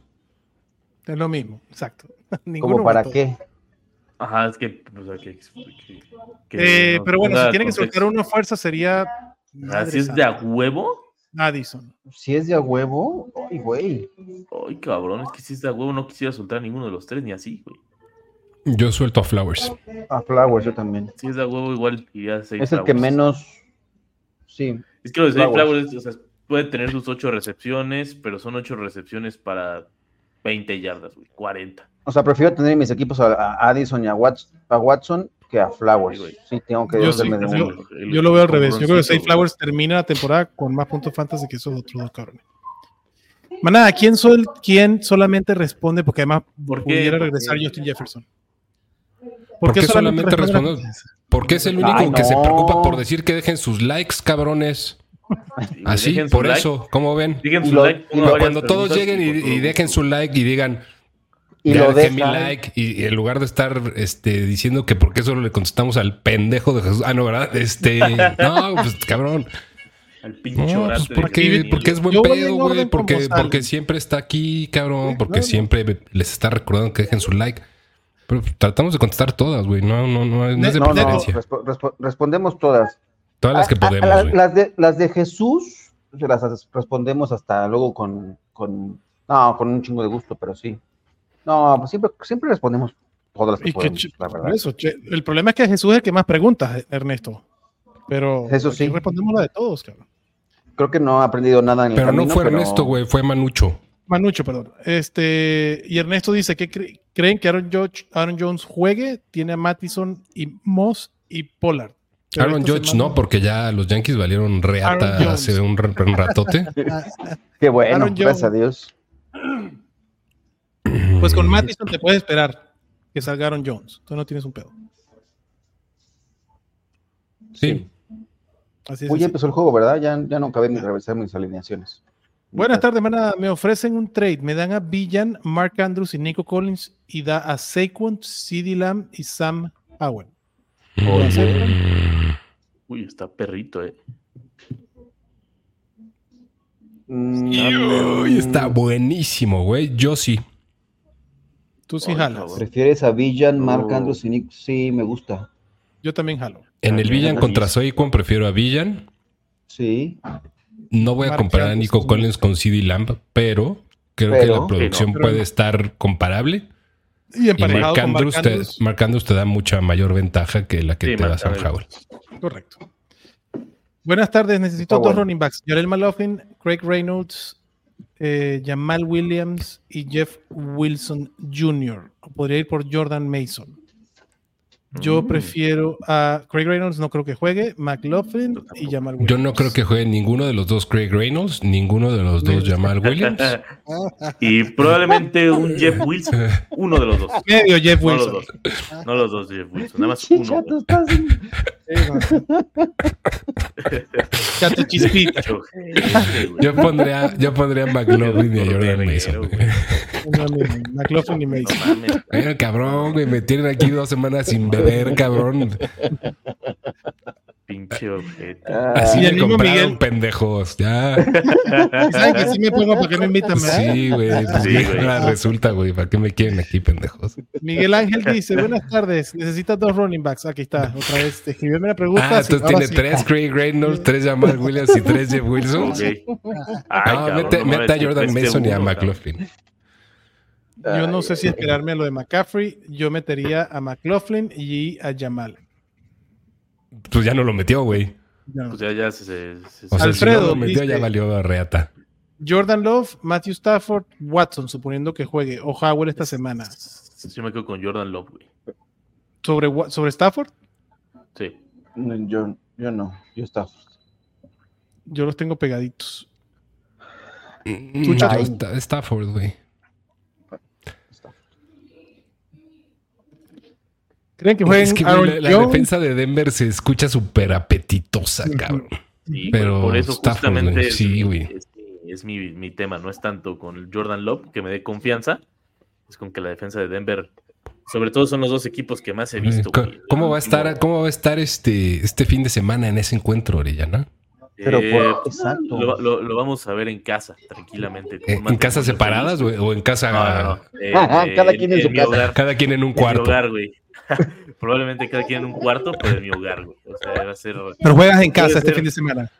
[SPEAKER 2] Es lo mismo, exacto. Ninguno
[SPEAKER 3] ¿Como para
[SPEAKER 2] votó.
[SPEAKER 3] qué?
[SPEAKER 4] Ajá, es que. o sea, que- que- que
[SPEAKER 2] Eh,
[SPEAKER 4] nos
[SPEAKER 2] pero bueno,
[SPEAKER 4] ponga
[SPEAKER 2] si tiene que
[SPEAKER 4] contexto.
[SPEAKER 2] soltar una fuerza sería.
[SPEAKER 4] Ah, si
[SPEAKER 2] Madre
[SPEAKER 4] es de a
[SPEAKER 2] santa,
[SPEAKER 4] huevo.
[SPEAKER 2] Addison.
[SPEAKER 3] Si es de a huevo, ay, güey.
[SPEAKER 4] Ay, cabrón, es que si es de a huevo no quisiera soltar a ninguno de los tres ni así, güey.
[SPEAKER 5] Yo suelto a Flowers.
[SPEAKER 3] A Flowers yo también.
[SPEAKER 4] Si es de a huevo igual iría a seis
[SPEAKER 3] Es el que
[SPEAKER 4] Flowers.
[SPEAKER 3] menos. Sí,
[SPEAKER 4] Es que los de
[SPEAKER 3] Flowers.
[SPEAKER 4] Flowers, o sea, puede tener sus ocho recepciones, pero son ocho recepciones para 20 yardas, güey. 40.
[SPEAKER 3] O sea, prefiero tener en mis equipos a, a Addison y a Watson, a Watson que a Flowers.
[SPEAKER 4] Sí, güey.
[SPEAKER 3] Sí, tengo que
[SPEAKER 2] Yo
[SPEAKER 3] deshacerme
[SPEAKER 2] sí,
[SPEAKER 3] de
[SPEAKER 2] yo-
[SPEAKER 3] uno.
[SPEAKER 2] Yo lo veo al revés. Yo creo que
[SPEAKER 4] seis
[SPEAKER 2] Safe Flowers termina la temporada con más puntos fantasy que esos otros dos cabrones. Maná, ¿quién, sol, ¿quién solamente responde? Porque además
[SPEAKER 4] ¿Por qué?
[SPEAKER 2] pudiera
[SPEAKER 4] ¿Por
[SPEAKER 2] regresar
[SPEAKER 4] qué?
[SPEAKER 2] Justin Jefferson.
[SPEAKER 5] ¿Por qué solamente
[SPEAKER 2] responde
[SPEAKER 5] responde? Porque es el único
[SPEAKER 3] Ay,
[SPEAKER 5] que se
[SPEAKER 3] no.
[SPEAKER 5] preocupa por decir que dejen sus likes, cabrones. Así, ¿Ah, por eso, ¿cómo ven?
[SPEAKER 4] Dejen su
[SPEAKER 3] Lo-
[SPEAKER 4] like. pongan
[SPEAKER 3] lo-
[SPEAKER 4] varias
[SPEAKER 5] Cuando todos
[SPEAKER 4] preguntas
[SPEAKER 5] lleguen y,
[SPEAKER 4] por todo
[SPEAKER 5] y
[SPEAKER 4] gusto.
[SPEAKER 5] dejen su like y digan,
[SPEAKER 3] Y
[SPEAKER 5] ya
[SPEAKER 3] lo
[SPEAKER 5] dejé mi
[SPEAKER 3] dejan.
[SPEAKER 5] like, y, y en lugar de estar este, diciendo que por qué solo le contestamos al pendejo de Jesús. Ah, no, ¿verdad? Este, no, pues cabrón.
[SPEAKER 4] Al pinche
[SPEAKER 5] No,
[SPEAKER 4] orate
[SPEAKER 5] pues
[SPEAKER 4] de
[SPEAKER 5] porque,
[SPEAKER 4] Daniel.
[SPEAKER 5] porque es buen
[SPEAKER 2] Yo voy en
[SPEAKER 5] pedo,
[SPEAKER 2] orden
[SPEAKER 5] güey. Porque,
[SPEAKER 2] como salen.
[SPEAKER 5] porque siempre está aquí,
[SPEAKER 2] Sí,
[SPEAKER 5] cabrón. Porque
[SPEAKER 2] claro.
[SPEAKER 5] siempre les está recordando que dejen su like. Pero pues, tratamos de contestar todas, güey. No, no, no, no es de
[SPEAKER 2] No,
[SPEAKER 3] No, Ah, no,
[SPEAKER 5] preferencia.
[SPEAKER 3] respo- respo- respondemos todas.
[SPEAKER 5] Todas las que
[SPEAKER 3] A- a- a
[SPEAKER 5] podemos,
[SPEAKER 3] las-
[SPEAKER 5] güey.
[SPEAKER 3] las, de, las de Jesús se las as- respondemos hasta luego con, con. No, con un chingo de gusto, pero sí. No, pues siempre, siempre respondemos todas las que
[SPEAKER 2] Y que
[SPEAKER 3] podemos,
[SPEAKER 2] ch-
[SPEAKER 3] Pues, la verdad.
[SPEAKER 2] por eso, che, el problema es que Jesús es el que más preguntas, Ernesto. Pero
[SPEAKER 3] Eso
[SPEAKER 2] aquí
[SPEAKER 3] sí.
[SPEAKER 2] respondemos la de todos, cabrón.
[SPEAKER 3] Creo que no ha aprendido nada en el
[SPEAKER 5] Pero no
[SPEAKER 3] camino,
[SPEAKER 5] fue
[SPEAKER 3] pero-
[SPEAKER 5] Ernesto, güey, fue Manucho.
[SPEAKER 2] Manucho, perdón. Este, y Ernesto dice que cre- creen que Aaron, Judge- Aaron Jones juegue, tiene a Mattison y Moss y Pollard.
[SPEAKER 5] Aaron Judge no, porque ya los Yankees valieron
[SPEAKER 2] Aaron
[SPEAKER 5] reata
[SPEAKER 2] Jones.
[SPEAKER 5] hace un, r- un ratote.
[SPEAKER 3] Qué bueno,
[SPEAKER 2] Aaron
[SPEAKER 3] gracias
[SPEAKER 2] Jones.
[SPEAKER 3] a Dios.
[SPEAKER 2] Pues con Mattison te puedes esperar que salga Aaron Jones. Tú no tienes un pedo. Así
[SPEAKER 5] Sí.
[SPEAKER 2] es.
[SPEAKER 3] Uy, ya
[SPEAKER 2] sencillo.
[SPEAKER 3] empezó el juego, ¿verdad? Ya, ya no acabé de revisar mis alineaciones.
[SPEAKER 2] Buenas
[SPEAKER 3] ah.
[SPEAKER 2] tardes, hermana. Me ofrecen un trade. Me dan a Villan, Mark Andrews y Nico Collins y da a Saquon, CeeDee Lamb y Sam Howell.
[SPEAKER 5] Muy
[SPEAKER 2] Sí.
[SPEAKER 5] bien.
[SPEAKER 4] Uy, está perrito, eh.
[SPEAKER 3] Mm,
[SPEAKER 5] Uy, está buenísimo, güey. Yo sí.
[SPEAKER 2] Tú sí
[SPEAKER 4] Ay,
[SPEAKER 2] jalas.
[SPEAKER 4] cabrón.
[SPEAKER 3] ¿Prefieres a Villan, Marc
[SPEAKER 4] Oh.
[SPEAKER 3] Andrews y Nick? Sí, me gusta.
[SPEAKER 2] Yo también jalo.
[SPEAKER 5] En el
[SPEAKER 4] Ah,
[SPEAKER 5] Villan
[SPEAKER 4] ya.
[SPEAKER 5] contra Soyquan prefiero a Villan.
[SPEAKER 3] Sí.
[SPEAKER 5] No voy a
[SPEAKER 2] Mark
[SPEAKER 5] comparar a
[SPEAKER 2] Andrews,
[SPEAKER 5] Nico
[SPEAKER 2] sí.
[SPEAKER 5] Collins con CD Lamb, pero creo que
[SPEAKER 3] Pero-
[SPEAKER 5] la producción
[SPEAKER 2] Pero-
[SPEAKER 5] puede estar comparable.
[SPEAKER 2] Y
[SPEAKER 5] Y
[SPEAKER 2] emparejado
[SPEAKER 5] Mark
[SPEAKER 2] con Mark
[SPEAKER 5] Andrews, te,
[SPEAKER 2] Andrews.
[SPEAKER 5] Mark Andrews te da mucha mayor ventaja que la que
[SPEAKER 4] Sí,
[SPEAKER 5] te da
[SPEAKER 4] Mark
[SPEAKER 5] Sam
[SPEAKER 4] Andrews.
[SPEAKER 5] Howell.
[SPEAKER 2] Correcto. Buenas tardes. Necesito
[SPEAKER 3] Está
[SPEAKER 2] dos
[SPEAKER 3] bueno.
[SPEAKER 2] running backs. Jarel Malofin, Craig Reynolds, eh, Jamal Williams y Jeff Wilson Jr. O Podría ir por Jordan Mason. Yo
[SPEAKER 4] Mm.
[SPEAKER 2] prefiero a Craig Reynolds, no creo que juegue, McLaughlin
[SPEAKER 4] Yo tampoco.
[SPEAKER 2] y Jamal Williams.
[SPEAKER 5] Yo no creo que juegue ninguno de los dos Craig Reynolds, ninguno de los dos Jamal Williams.
[SPEAKER 4] y probablemente un Jeff Wilson.
[SPEAKER 5] Eh,
[SPEAKER 4] Uno de los dos.
[SPEAKER 2] Medio Jeff
[SPEAKER 4] No los
[SPEAKER 2] Wilson.
[SPEAKER 4] dos. No los dos, Jeff Wilson. Nada más
[SPEAKER 3] Sí, ya
[SPEAKER 4] uno.
[SPEAKER 3] tú
[SPEAKER 4] güey.
[SPEAKER 3] estás.
[SPEAKER 2] Chato chispita.
[SPEAKER 4] Yo- Sí, güey.
[SPEAKER 5] yo pondría, yo pondría a McLaughlin y a Jordan Mason. güey.
[SPEAKER 2] No, no, no, McLaughlin y
[SPEAKER 4] No
[SPEAKER 2] Mason.
[SPEAKER 4] mames.
[SPEAKER 5] Bueno, cabrón, güey, me tienen aquí dos semanas sin beber, cabrón.
[SPEAKER 4] Pinche objeto.
[SPEAKER 3] Ah,
[SPEAKER 5] Así
[SPEAKER 2] Y
[SPEAKER 5] me
[SPEAKER 2] el mismo
[SPEAKER 5] compraron
[SPEAKER 2] Miguel.
[SPEAKER 5] pendejos. Ya.
[SPEAKER 2] ¿Saben que sí me pongo para que me invitan? verdad?
[SPEAKER 5] Sí, güey. pues,
[SPEAKER 4] Sí, güey.
[SPEAKER 5] ahora resulta, güey. ¿Para qué me quieren aquí, pendejos?
[SPEAKER 2] Miguel Ángel dice, buenas tardes, necesitas dos running backs. Aquí está, otra vez, escribeme la pregunta.
[SPEAKER 5] Ah,
[SPEAKER 2] sí,
[SPEAKER 5] entonces
[SPEAKER 2] ahora
[SPEAKER 5] tiene
[SPEAKER 2] sí.
[SPEAKER 5] tres Craig Reynolds, tres Jamal Williams y tres Jeff Wilson.
[SPEAKER 4] Ok.
[SPEAKER 5] Ah,
[SPEAKER 4] Ay, cabrón,
[SPEAKER 5] mete,
[SPEAKER 4] no
[SPEAKER 5] mete
[SPEAKER 4] mames,
[SPEAKER 5] a Jordan
[SPEAKER 4] este
[SPEAKER 5] Mason y a
[SPEAKER 4] uno,
[SPEAKER 5] McLaughlin.
[SPEAKER 2] Yo no sé si esperarme a lo de McCaffrey. Yo metería a McLaughlin y a Jamal.
[SPEAKER 5] Pues ya no lo metió, güey.
[SPEAKER 2] No.
[SPEAKER 4] cabrón. Pues ya, ya se- se- se-
[SPEAKER 5] O sea,
[SPEAKER 2] Alfredo
[SPEAKER 5] si no lo metió,
[SPEAKER 2] dice-
[SPEAKER 5] ya valió a reata.
[SPEAKER 2] Jordan Love, Matthew Stafford, Watson, suponiendo que juegue, o Howell esta semana.
[SPEAKER 4] se- Yo me quedo con Jordan Love, güey.
[SPEAKER 2] ¿Sobre, Wa- sobre Stafford?
[SPEAKER 4] Sí.
[SPEAKER 3] No, Yo, yo no, yo está.
[SPEAKER 2] Yo los tengo pegaditos.
[SPEAKER 5] Mm,
[SPEAKER 2] Chato?
[SPEAKER 5] no, está, Stafford, güey.
[SPEAKER 2] ¿Creen que jueguen
[SPEAKER 5] Es que güey,
[SPEAKER 2] Aaron
[SPEAKER 5] la, la
[SPEAKER 2] Jones?
[SPEAKER 5] defensa de Denver se escucha súper apetitosa, cabrón.
[SPEAKER 4] Sí,
[SPEAKER 5] Pero
[SPEAKER 4] por eso
[SPEAKER 5] Stafford,
[SPEAKER 4] justamente
[SPEAKER 5] güey,
[SPEAKER 4] es,
[SPEAKER 5] sí,
[SPEAKER 4] mi-
[SPEAKER 5] güey.
[SPEAKER 4] es mi- es mi, mi tema, no es tanto con el Jordan Love que me dé confianza, es con que la defensa de Denver, sobre todo son los dos equipos que más he visto.
[SPEAKER 5] Eh, ¿Cómo,
[SPEAKER 4] güey.
[SPEAKER 5] cómo va a estar, cómo va a estar este, este fin de semana en ese encuentro, Orellana?
[SPEAKER 4] Eh,
[SPEAKER 3] Pero por- exacto.
[SPEAKER 4] lo, lo- lo vamos a ver en casa, tranquilamente. con
[SPEAKER 5] Eh, ¿En,
[SPEAKER 4] un
[SPEAKER 5] en casas
[SPEAKER 4] matrimonio
[SPEAKER 5] separadas güey, o en casa
[SPEAKER 4] feliz. No, no, no. Eh,
[SPEAKER 3] Ajá,
[SPEAKER 4] eh,
[SPEAKER 3] Ah, cada quien en su
[SPEAKER 4] mi
[SPEAKER 3] casa.
[SPEAKER 4] hogar,
[SPEAKER 5] cada quien en un
[SPEAKER 4] en mi
[SPEAKER 5] cuarto?
[SPEAKER 4] hogar, güey. Probablemente cada quien en un cuarto, pero en mi hogar, güey. O sea, va a ser.
[SPEAKER 2] Pero juegas en
[SPEAKER 4] Puede
[SPEAKER 2] casa este
[SPEAKER 4] ser.
[SPEAKER 2] fin de semana.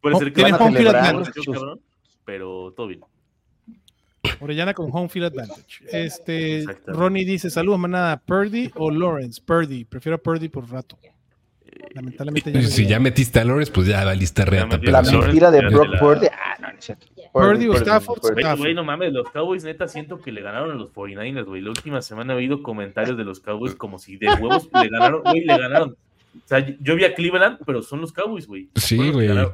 [SPEAKER 4] Puede
[SPEAKER 2] No,
[SPEAKER 4] ser que
[SPEAKER 2] tienen
[SPEAKER 4] van a
[SPEAKER 2] home field
[SPEAKER 4] celebrar,
[SPEAKER 3] advantage.
[SPEAKER 4] cabrón, pero todo bien.
[SPEAKER 2] Orellana con home field advantage. Este,
[SPEAKER 4] Exactamente.
[SPEAKER 2] Ronnie dice, saludos, manada, ¿Purdy o Lawrence? Purdy, prefiero a Purdy por rato. Lamentablemente ya no
[SPEAKER 5] Si ya
[SPEAKER 2] llega.
[SPEAKER 5] metiste a Lawrence, pues ya valiste reata.
[SPEAKER 4] metí
[SPEAKER 5] Pero
[SPEAKER 4] a
[SPEAKER 3] La
[SPEAKER 5] sí,
[SPEAKER 4] Lawrence.
[SPEAKER 3] mentira de
[SPEAKER 4] la-
[SPEAKER 3] Brock
[SPEAKER 4] la-
[SPEAKER 3] Purdy. Ah, no, no es cierto.
[SPEAKER 2] Purdy o Stafford,
[SPEAKER 3] Purdy.
[SPEAKER 4] Güey,
[SPEAKER 2] Stafford.
[SPEAKER 4] güey, no mames, los Cowboys neta siento que le ganaron a los 49ers, güey. La última semana he oído comentarios de los Cowboys como si de huevos le ganaron, güey, le ganaron. O sea, yo vi a Cleveland, pero son los Cowboys, güey.
[SPEAKER 5] Sí,
[SPEAKER 4] Fueron los que
[SPEAKER 5] güey.
[SPEAKER 4] ganaron,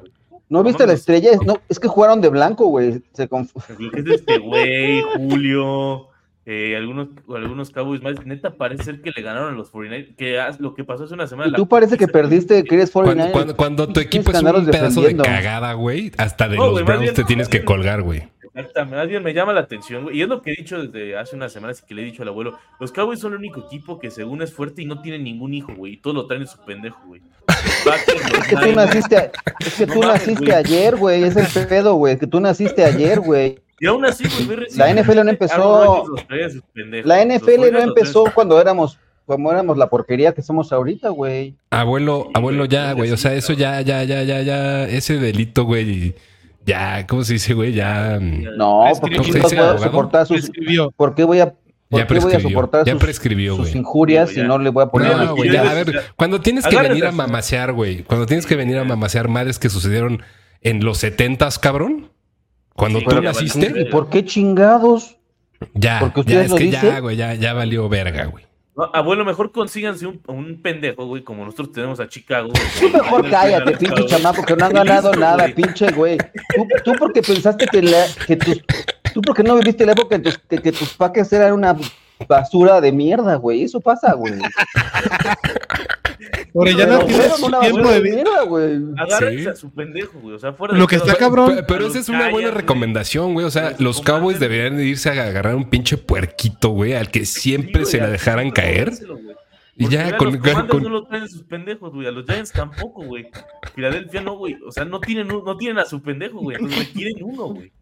[SPEAKER 3] ¿No viste la estrella? Es- No, es que jugaron de blanco, güey. Se conf-
[SPEAKER 4] Lo que es este güey, Julio, eh, algunos, algunos Cowboys más, neta parece ser que le ganaron a los 49ers, que ah, lo que pasó hace una semana.
[SPEAKER 3] Y
[SPEAKER 4] la
[SPEAKER 3] tú parece que
[SPEAKER 4] putiza-
[SPEAKER 3] perdiste, que eres
[SPEAKER 5] Cuando,
[SPEAKER 3] 49.
[SPEAKER 5] cuando- cuando tu
[SPEAKER 3] Tienes
[SPEAKER 5] equipo
[SPEAKER 3] que
[SPEAKER 5] es un
[SPEAKER 3] andarlos
[SPEAKER 5] pedazo de
[SPEAKER 3] defendiendo.
[SPEAKER 5] cagada, güey, hasta de
[SPEAKER 4] No,
[SPEAKER 5] los
[SPEAKER 4] güey, más
[SPEAKER 5] Browns
[SPEAKER 4] bien-
[SPEAKER 5] te tienes que colgar, güey.
[SPEAKER 4] Exactamente, más bien me llama la atención, güey. Y es lo que he dicho desde hace unas semanas y que le he dicho al abuelo. Los Cowboys son el único equipo que según es fuerte y no tiene ningún hijo, güey. Y todos lo traen en su pendejo, güey. Los Packers, los
[SPEAKER 3] Es que tú
[SPEAKER 4] Niners,
[SPEAKER 3] naciste, a- es que
[SPEAKER 4] No
[SPEAKER 3] tú
[SPEAKER 4] mames, güey.
[SPEAKER 3] naciste ayer, güey. Es el pedo, güey. Que tú naciste ayer, güey.
[SPEAKER 4] Y aún así, güey, ve recién-
[SPEAKER 3] La NFL no empezó-
[SPEAKER 4] Aaron Rodgers los trae en sus pendejos.
[SPEAKER 3] La
[SPEAKER 4] Los
[SPEAKER 3] NFL no
[SPEAKER 4] Rodgers los traen-
[SPEAKER 3] empezó cuando éramos, cuando éramos la porquería que somos ahorita, güey.
[SPEAKER 5] Abuelo,
[SPEAKER 4] Sí,
[SPEAKER 5] abuelo
[SPEAKER 4] güey,
[SPEAKER 5] ya,
[SPEAKER 4] sí,
[SPEAKER 5] güey. O
[SPEAKER 4] sí,
[SPEAKER 5] sea, eso ya, ya, ya, ya, ya. Ese delito, güey. Ya, ¿cómo se dice, güey? Ya, mm,
[SPEAKER 3] No,
[SPEAKER 4] Ah,
[SPEAKER 2] Prescribió.
[SPEAKER 3] porque yo
[SPEAKER 5] ¿Se
[SPEAKER 3] no
[SPEAKER 5] dice
[SPEAKER 3] puedo
[SPEAKER 5] abogado?
[SPEAKER 3] soportar
[SPEAKER 4] Pues,
[SPEAKER 3] sus.
[SPEAKER 2] Escribió.
[SPEAKER 3] ¿Por qué voy a, por
[SPEAKER 5] ya
[SPEAKER 3] qué voy a
[SPEAKER 5] prescribió.
[SPEAKER 3] soportar
[SPEAKER 5] Ya
[SPEAKER 3] sus,
[SPEAKER 5] prescribió,
[SPEAKER 3] sus
[SPEAKER 5] güey.
[SPEAKER 3] injurias
[SPEAKER 4] Sí,
[SPEAKER 3] si
[SPEAKER 4] güey, ya.
[SPEAKER 3] no le voy a poner
[SPEAKER 5] No,
[SPEAKER 3] una
[SPEAKER 5] güey,
[SPEAKER 3] putiza?
[SPEAKER 5] ya, a ver, cuando tienes que
[SPEAKER 4] Agárrate
[SPEAKER 5] venir a
[SPEAKER 4] las-
[SPEAKER 5] mamasear, güey, cuando tienes que venir a mamasear madres que sucedieron en los setentas, cabrón, cuando
[SPEAKER 4] Sí,
[SPEAKER 5] tú
[SPEAKER 4] pero-
[SPEAKER 5] naciste,
[SPEAKER 3] ¿Y por qué chingados?
[SPEAKER 5] ya,
[SPEAKER 3] porque
[SPEAKER 5] ya,
[SPEAKER 3] ustedes
[SPEAKER 5] es
[SPEAKER 3] lo
[SPEAKER 5] que ya,
[SPEAKER 3] dicen.
[SPEAKER 5] güey, ya, ya valió verga, güey.
[SPEAKER 4] No, abuelo, mejor consíganse un, un pendejo, güey, como nosotros tenemos a Chicago.
[SPEAKER 3] Tú mejor cállate, pinche
[SPEAKER 4] chamaco
[SPEAKER 3] chamaco, que no han ganado
[SPEAKER 4] Listo,
[SPEAKER 3] nada,
[SPEAKER 4] güey.
[SPEAKER 3] pinche güey. Tú, tú porque pensaste que, la- que tus. Tú porque no viviste la época en tus- que, que tus paques eran una basura de mierda, güey. Eso pasa, güey.
[SPEAKER 2] Orellana
[SPEAKER 3] Pero
[SPEAKER 2] tiene
[SPEAKER 3] fueron
[SPEAKER 2] su
[SPEAKER 3] una
[SPEAKER 2] tiempo
[SPEAKER 3] basura
[SPEAKER 2] de
[SPEAKER 3] de
[SPEAKER 2] vida.
[SPEAKER 3] mierda, güey.
[SPEAKER 4] Agárrense
[SPEAKER 5] Sí.
[SPEAKER 4] a su pendejo, güey. O sea, fuera
[SPEAKER 2] Lo que está
[SPEAKER 5] Pero-
[SPEAKER 2] cabrón.
[SPEAKER 5] Pero, pero esa es una buena
[SPEAKER 4] Cállate.
[SPEAKER 5] recomendación, güey. O sea,
[SPEAKER 4] Pero
[SPEAKER 5] los
[SPEAKER 4] no
[SPEAKER 5] Cowboys
[SPEAKER 4] mames.
[SPEAKER 5] deberían irse a agarrar un pinche puerquito, güey, al que siempre se la dejaran caer. Y ya,
[SPEAKER 4] con,
[SPEAKER 5] con,
[SPEAKER 4] los Commanders
[SPEAKER 5] con-
[SPEAKER 4] no lo traen sus pendejos, güey. A los Giants tampoco, güey. Filadelfia no, güey. O sea, no tienen, un- no tienen a su pendejo, güey. Entonces, tienen uno, güey.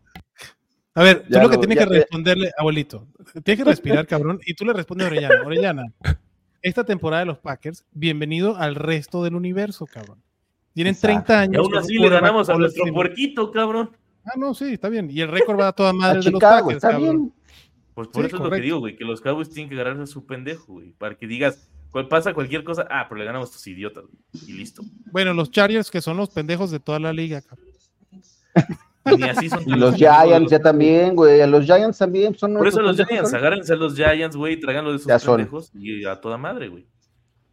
[SPEAKER 2] A ver, tú
[SPEAKER 3] Ya
[SPEAKER 2] lo que
[SPEAKER 3] lo-
[SPEAKER 2] tienes
[SPEAKER 3] ya
[SPEAKER 2] que
[SPEAKER 3] te-
[SPEAKER 2] responderle, abuelito, tienes que respirar, cabrón, y tú le respondes a Orellana. Orellana, esta temporada de los Packers, bienvenido al resto del universo, cabrón. Tienen
[SPEAKER 3] Exacto.
[SPEAKER 2] 30 años.
[SPEAKER 4] Y aún
[SPEAKER 2] con
[SPEAKER 4] así
[SPEAKER 2] un
[SPEAKER 4] le
[SPEAKER 2] quarterback
[SPEAKER 4] ganamos a
[SPEAKER 2] all
[SPEAKER 4] nuestro
[SPEAKER 2] time.
[SPEAKER 4] puerquito, cabrón.
[SPEAKER 2] Ah, no, sí, está bien. Y el récord va a toda madre
[SPEAKER 3] A
[SPEAKER 2] de los
[SPEAKER 3] Chicago,
[SPEAKER 2] Packers,
[SPEAKER 3] está
[SPEAKER 2] cabrón.
[SPEAKER 3] bien.
[SPEAKER 4] Pues por
[SPEAKER 2] Sí,
[SPEAKER 4] eso es lo que
[SPEAKER 2] correcto.
[SPEAKER 4] digo, güey. Que los Cowboys tienen que agarrarse a su pendejo, güey. Para que digas, cual- pasa cualquier cosa. Ah, pero le ganamos a estos idiotas, güey. Y listo.
[SPEAKER 2] Bueno, los Chargers, que son los pendejos de toda la liga, cabrón.
[SPEAKER 4] Ni así son
[SPEAKER 3] Y
[SPEAKER 4] tan
[SPEAKER 3] los
[SPEAKER 4] pendejos
[SPEAKER 3] Giants ya también, güey. A los Giants también son
[SPEAKER 4] Por eso los
[SPEAKER 3] nuestros
[SPEAKER 4] Giants,
[SPEAKER 3] pendejos,
[SPEAKER 4] agárrense a los Giants, güey, tráiganlo de sus
[SPEAKER 3] Ya son.
[SPEAKER 4] pendejos y a toda madre, güey.
[SPEAKER 3] ¿no?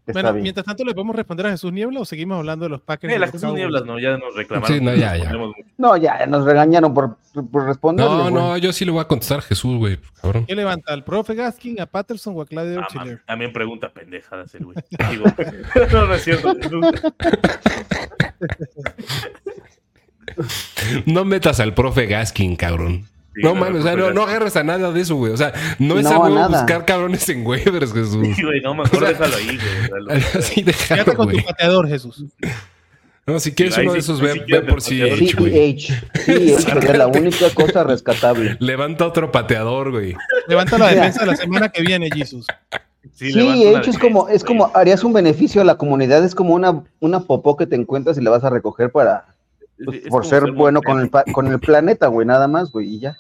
[SPEAKER 3] Está
[SPEAKER 2] Bueno,
[SPEAKER 3] bien.
[SPEAKER 2] mientras tanto, ¿le podemos responder a Jesús Niebla o seguimos hablando de los Packers? y
[SPEAKER 4] Eh, las
[SPEAKER 2] los
[SPEAKER 4] Jesús
[SPEAKER 2] Cowboys?
[SPEAKER 4] Nieblas, no, ya nos reclamaron.
[SPEAKER 5] Sí, no, ya, ya.
[SPEAKER 4] Tenemos mucho.
[SPEAKER 3] No, ya nos regañaron por, por responderle,
[SPEAKER 5] No,
[SPEAKER 3] güey.
[SPEAKER 5] no, yo sí le voy a contestar a Jesús, güey. Cabrón.
[SPEAKER 2] ¿Qué levanta? ¿Al profe Gaskin, a Patterson o a Claudio
[SPEAKER 4] Ah,
[SPEAKER 2] Chile?
[SPEAKER 4] mami, también pregunta pendejadas el güey. Digo, no, no es cierto. Jesús.
[SPEAKER 5] No metas al profe Gaskin, cabrón.
[SPEAKER 4] Sí, no,
[SPEAKER 5] no mames, o sea,
[SPEAKER 4] profe
[SPEAKER 5] no,
[SPEAKER 4] Gaskin.
[SPEAKER 5] no agarres a nada de eso, güey. O sea, no es
[SPEAKER 3] No,
[SPEAKER 5] a huevo
[SPEAKER 3] nada.
[SPEAKER 5] buscar cabrones en waivers, Jesús.
[SPEAKER 4] Sí, güey, no, mejor
[SPEAKER 5] O sea,
[SPEAKER 4] déjalo ahí, güey. o sea, lo-
[SPEAKER 5] Así
[SPEAKER 2] Quédate
[SPEAKER 5] déjalo,
[SPEAKER 2] con tu
[SPEAKER 5] güey.
[SPEAKER 2] pateador, Jesús.
[SPEAKER 5] No, si quieres
[SPEAKER 4] Sí, ahí
[SPEAKER 5] uno de
[SPEAKER 4] sí,
[SPEAKER 5] esos,
[SPEAKER 4] ahí
[SPEAKER 5] ve,
[SPEAKER 4] sí
[SPEAKER 5] ve
[SPEAKER 4] quédate
[SPEAKER 5] por
[SPEAKER 4] con tu
[SPEAKER 5] CH, güey.
[SPEAKER 3] CEH. CEH sería la única cosa rescatable.
[SPEAKER 5] Levanta otro pateador, güey.
[SPEAKER 2] Levanta la
[SPEAKER 3] Mira.
[SPEAKER 2] defensa de la semana que viene, Jesús.
[SPEAKER 3] Sí,
[SPEAKER 4] sí, levanta una
[SPEAKER 3] CEH es como,
[SPEAKER 4] defensa,
[SPEAKER 3] es como,
[SPEAKER 4] güey.
[SPEAKER 3] harías un beneficio a la comunidad, es como una, una popó que te encuentras y la vas a recoger para, pues,
[SPEAKER 4] Es- es
[SPEAKER 3] por
[SPEAKER 4] como
[SPEAKER 3] ser bueno
[SPEAKER 4] buen
[SPEAKER 3] con el, pa- con el planeta, güey, nada más, güey, y ya.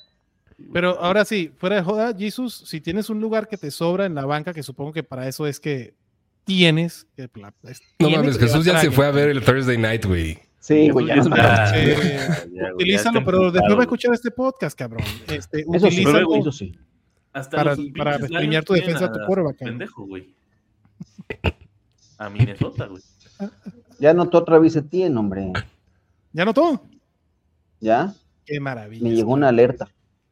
[SPEAKER 2] Pero ahora sí, fuera de joda, Jesús, si tienes un lugar que te sobra en la banca, que supongo que para eso es que tienes que pla- es-
[SPEAKER 5] No
[SPEAKER 2] tienes
[SPEAKER 5] mames,
[SPEAKER 2] que
[SPEAKER 5] Jesús ya
[SPEAKER 2] levantar
[SPEAKER 5] se
[SPEAKER 2] alguien.
[SPEAKER 5] fue a ver el Thursday night, güey.
[SPEAKER 3] Sí, güey, ya.
[SPEAKER 4] Jesús
[SPEAKER 3] no
[SPEAKER 4] ya
[SPEAKER 3] mames.
[SPEAKER 4] está-
[SPEAKER 2] Eh,
[SPEAKER 4] ya, güey, ya está
[SPEAKER 2] Utilízalo, pero después
[SPEAKER 4] emputado,
[SPEAKER 2] va a escuchar este podcast, cabrón. Este,
[SPEAKER 3] Eso sí,
[SPEAKER 2] utilízalo
[SPEAKER 3] eso sí.
[SPEAKER 4] Hasta
[SPEAKER 2] para,
[SPEAKER 4] los
[SPEAKER 2] para
[SPEAKER 4] pinches
[SPEAKER 2] streamear tu
[SPEAKER 4] Lions
[SPEAKER 2] defensa a tu
[SPEAKER 4] tienen
[SPEAKER 2] quarterback. cabrón.
[SPEAKER 4] Pendejo, güey. A Minnesota, güey.
[SPEAKER 3] Ya anotó otra vez Etienne, hombre.
[SPEAKER 2] ¿Ya notó?
[SPEAKER 3] Ya,
[SPEAKER 2] Qué
[SPEAKER 3] me
[SPEAKER 2] maravilla.
[SPEAKER 3] llegó una alerta.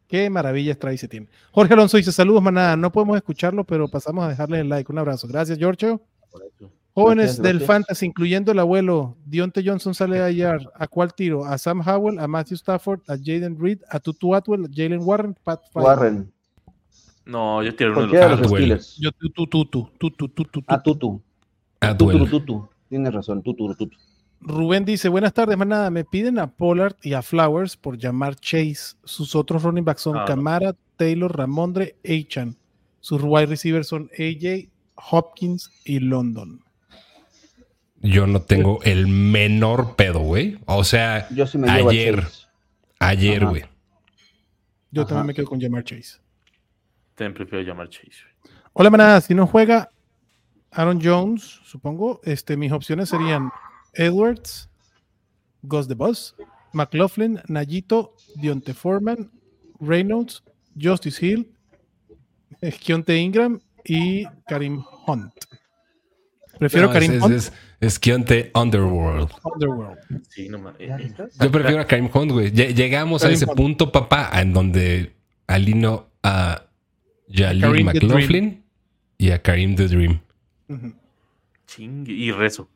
[SPEAKER 2] Qué maravillas trae ese tiene. Jorge Alonso dice saludos, manada. No podemos escucharlo, pero pasamos a dejarle el like. Un abrazo. Gracias, Giorgio.
[SPEAKER 4] Por eso.
[SPEAKER 2] Jóvenes
[SPEAKER 3] Gracias,
[SPEAKER 2] del
[SPEAKER 3] gracias.
[SPEAKER 2] Fantasy, incluyendo el abuelo, Dionte Johnson sale a IR. ¿A cuál tiro? ¿A Sam Howell? ¿A Matthew Stafford? ¿A Jaden Reed? ¿A Tutu Atwell? ¿A Jalen Warren? ¿Pat
[SPEAKER 3] Pues,
[SPEAKER 2] Fire.
[SPEAKER 3] Warren,
[SPEAKER 4] No, yo quiero uno de los
[SPEAKER 3] cualquiera de los
[SPEAKER 5] Hardwell.
[SPEAKER 3] Steelers.
[SPEAKER 2] Yo Tutu, Tutu, Tutu, Tutu,
[SPEAKER 3] Ah,
[SPEAKER 2] Tutu.
[SPEAKER 3] Tutu.
[SPEAKER 5] Ah,
[SPEAKER 3] Tutu,
[SPEAKER 5] duelo.
[SPEAKER 3] Tutu. Tienes razón, Tutu, Tutu.
[SPEAKER 2] Rubén dice, buenas tardes, manada. Me piden a Pollard y a Flowers por llamar Chase. Sus otros running backs son
[SPEAKER 4] Ah, no.
[SPEAKER 2] Camara, Taylor, Ramondre, Achan. Sus wide receivers son AJ, Hopkins y London.
[SPEAKER 5] Yo no tengo el menor pedo, güey. O sea,
[SPEAKER 3] Yo sí me llevo
[SPEAKER 5] Ayer.
[SPEAKER 3] a Chase.
[SPEAKER 5] ayer,
[SPEAKER 3] Ajá.
[SPEAKER 5] güey.
[SPEAKER 2] Yo
[SPEAKER 3] Ajá.
[SPEAKER 2] también me quedo con llamar Chase.
[SPEAKER 4] También prefiero llamar Chase, güey.
[SPEAKER 2] Hola, manada. Si no juega Aaron Jones, supongo, este, mis opciones serían Edwards, Ghost the Boss, McLaughlin, Nayito, Dionte Foreman, Reynolds, Justice Hill, eh, Keontae Ingram y Karim Hunt. Prefiero
[SPEAKER 5] No, es-
[SPEAKER 2] Karim
[SPEAKER 5] es,
[SPEAKER 2] Hunt
[SPEAKER 5] es- es Keontae Underworld.
[SPEAKER 2] Underworld.
[SPEAKER 4] Sí, no mames. eh,
[SPEAKER 3] ¿Ya listas?
[SPEAKER 5] Yo prefiero a Karim Hunt, güey. Lle- Llegamos a
[SPEAKER 2] Karim
[SPEAKER 5] ese
[SPEAKER 2] Hunt.
[SPEAKER 5] punto, papá, en donde alino a Jalil
[SPEAKER 2] Karim the
[SPEAKER 5] McLaughlin y a Karim the Dream.
[SPEAKER 2] Ujú.
[SPEAKER 4] Chingue. Y rezo.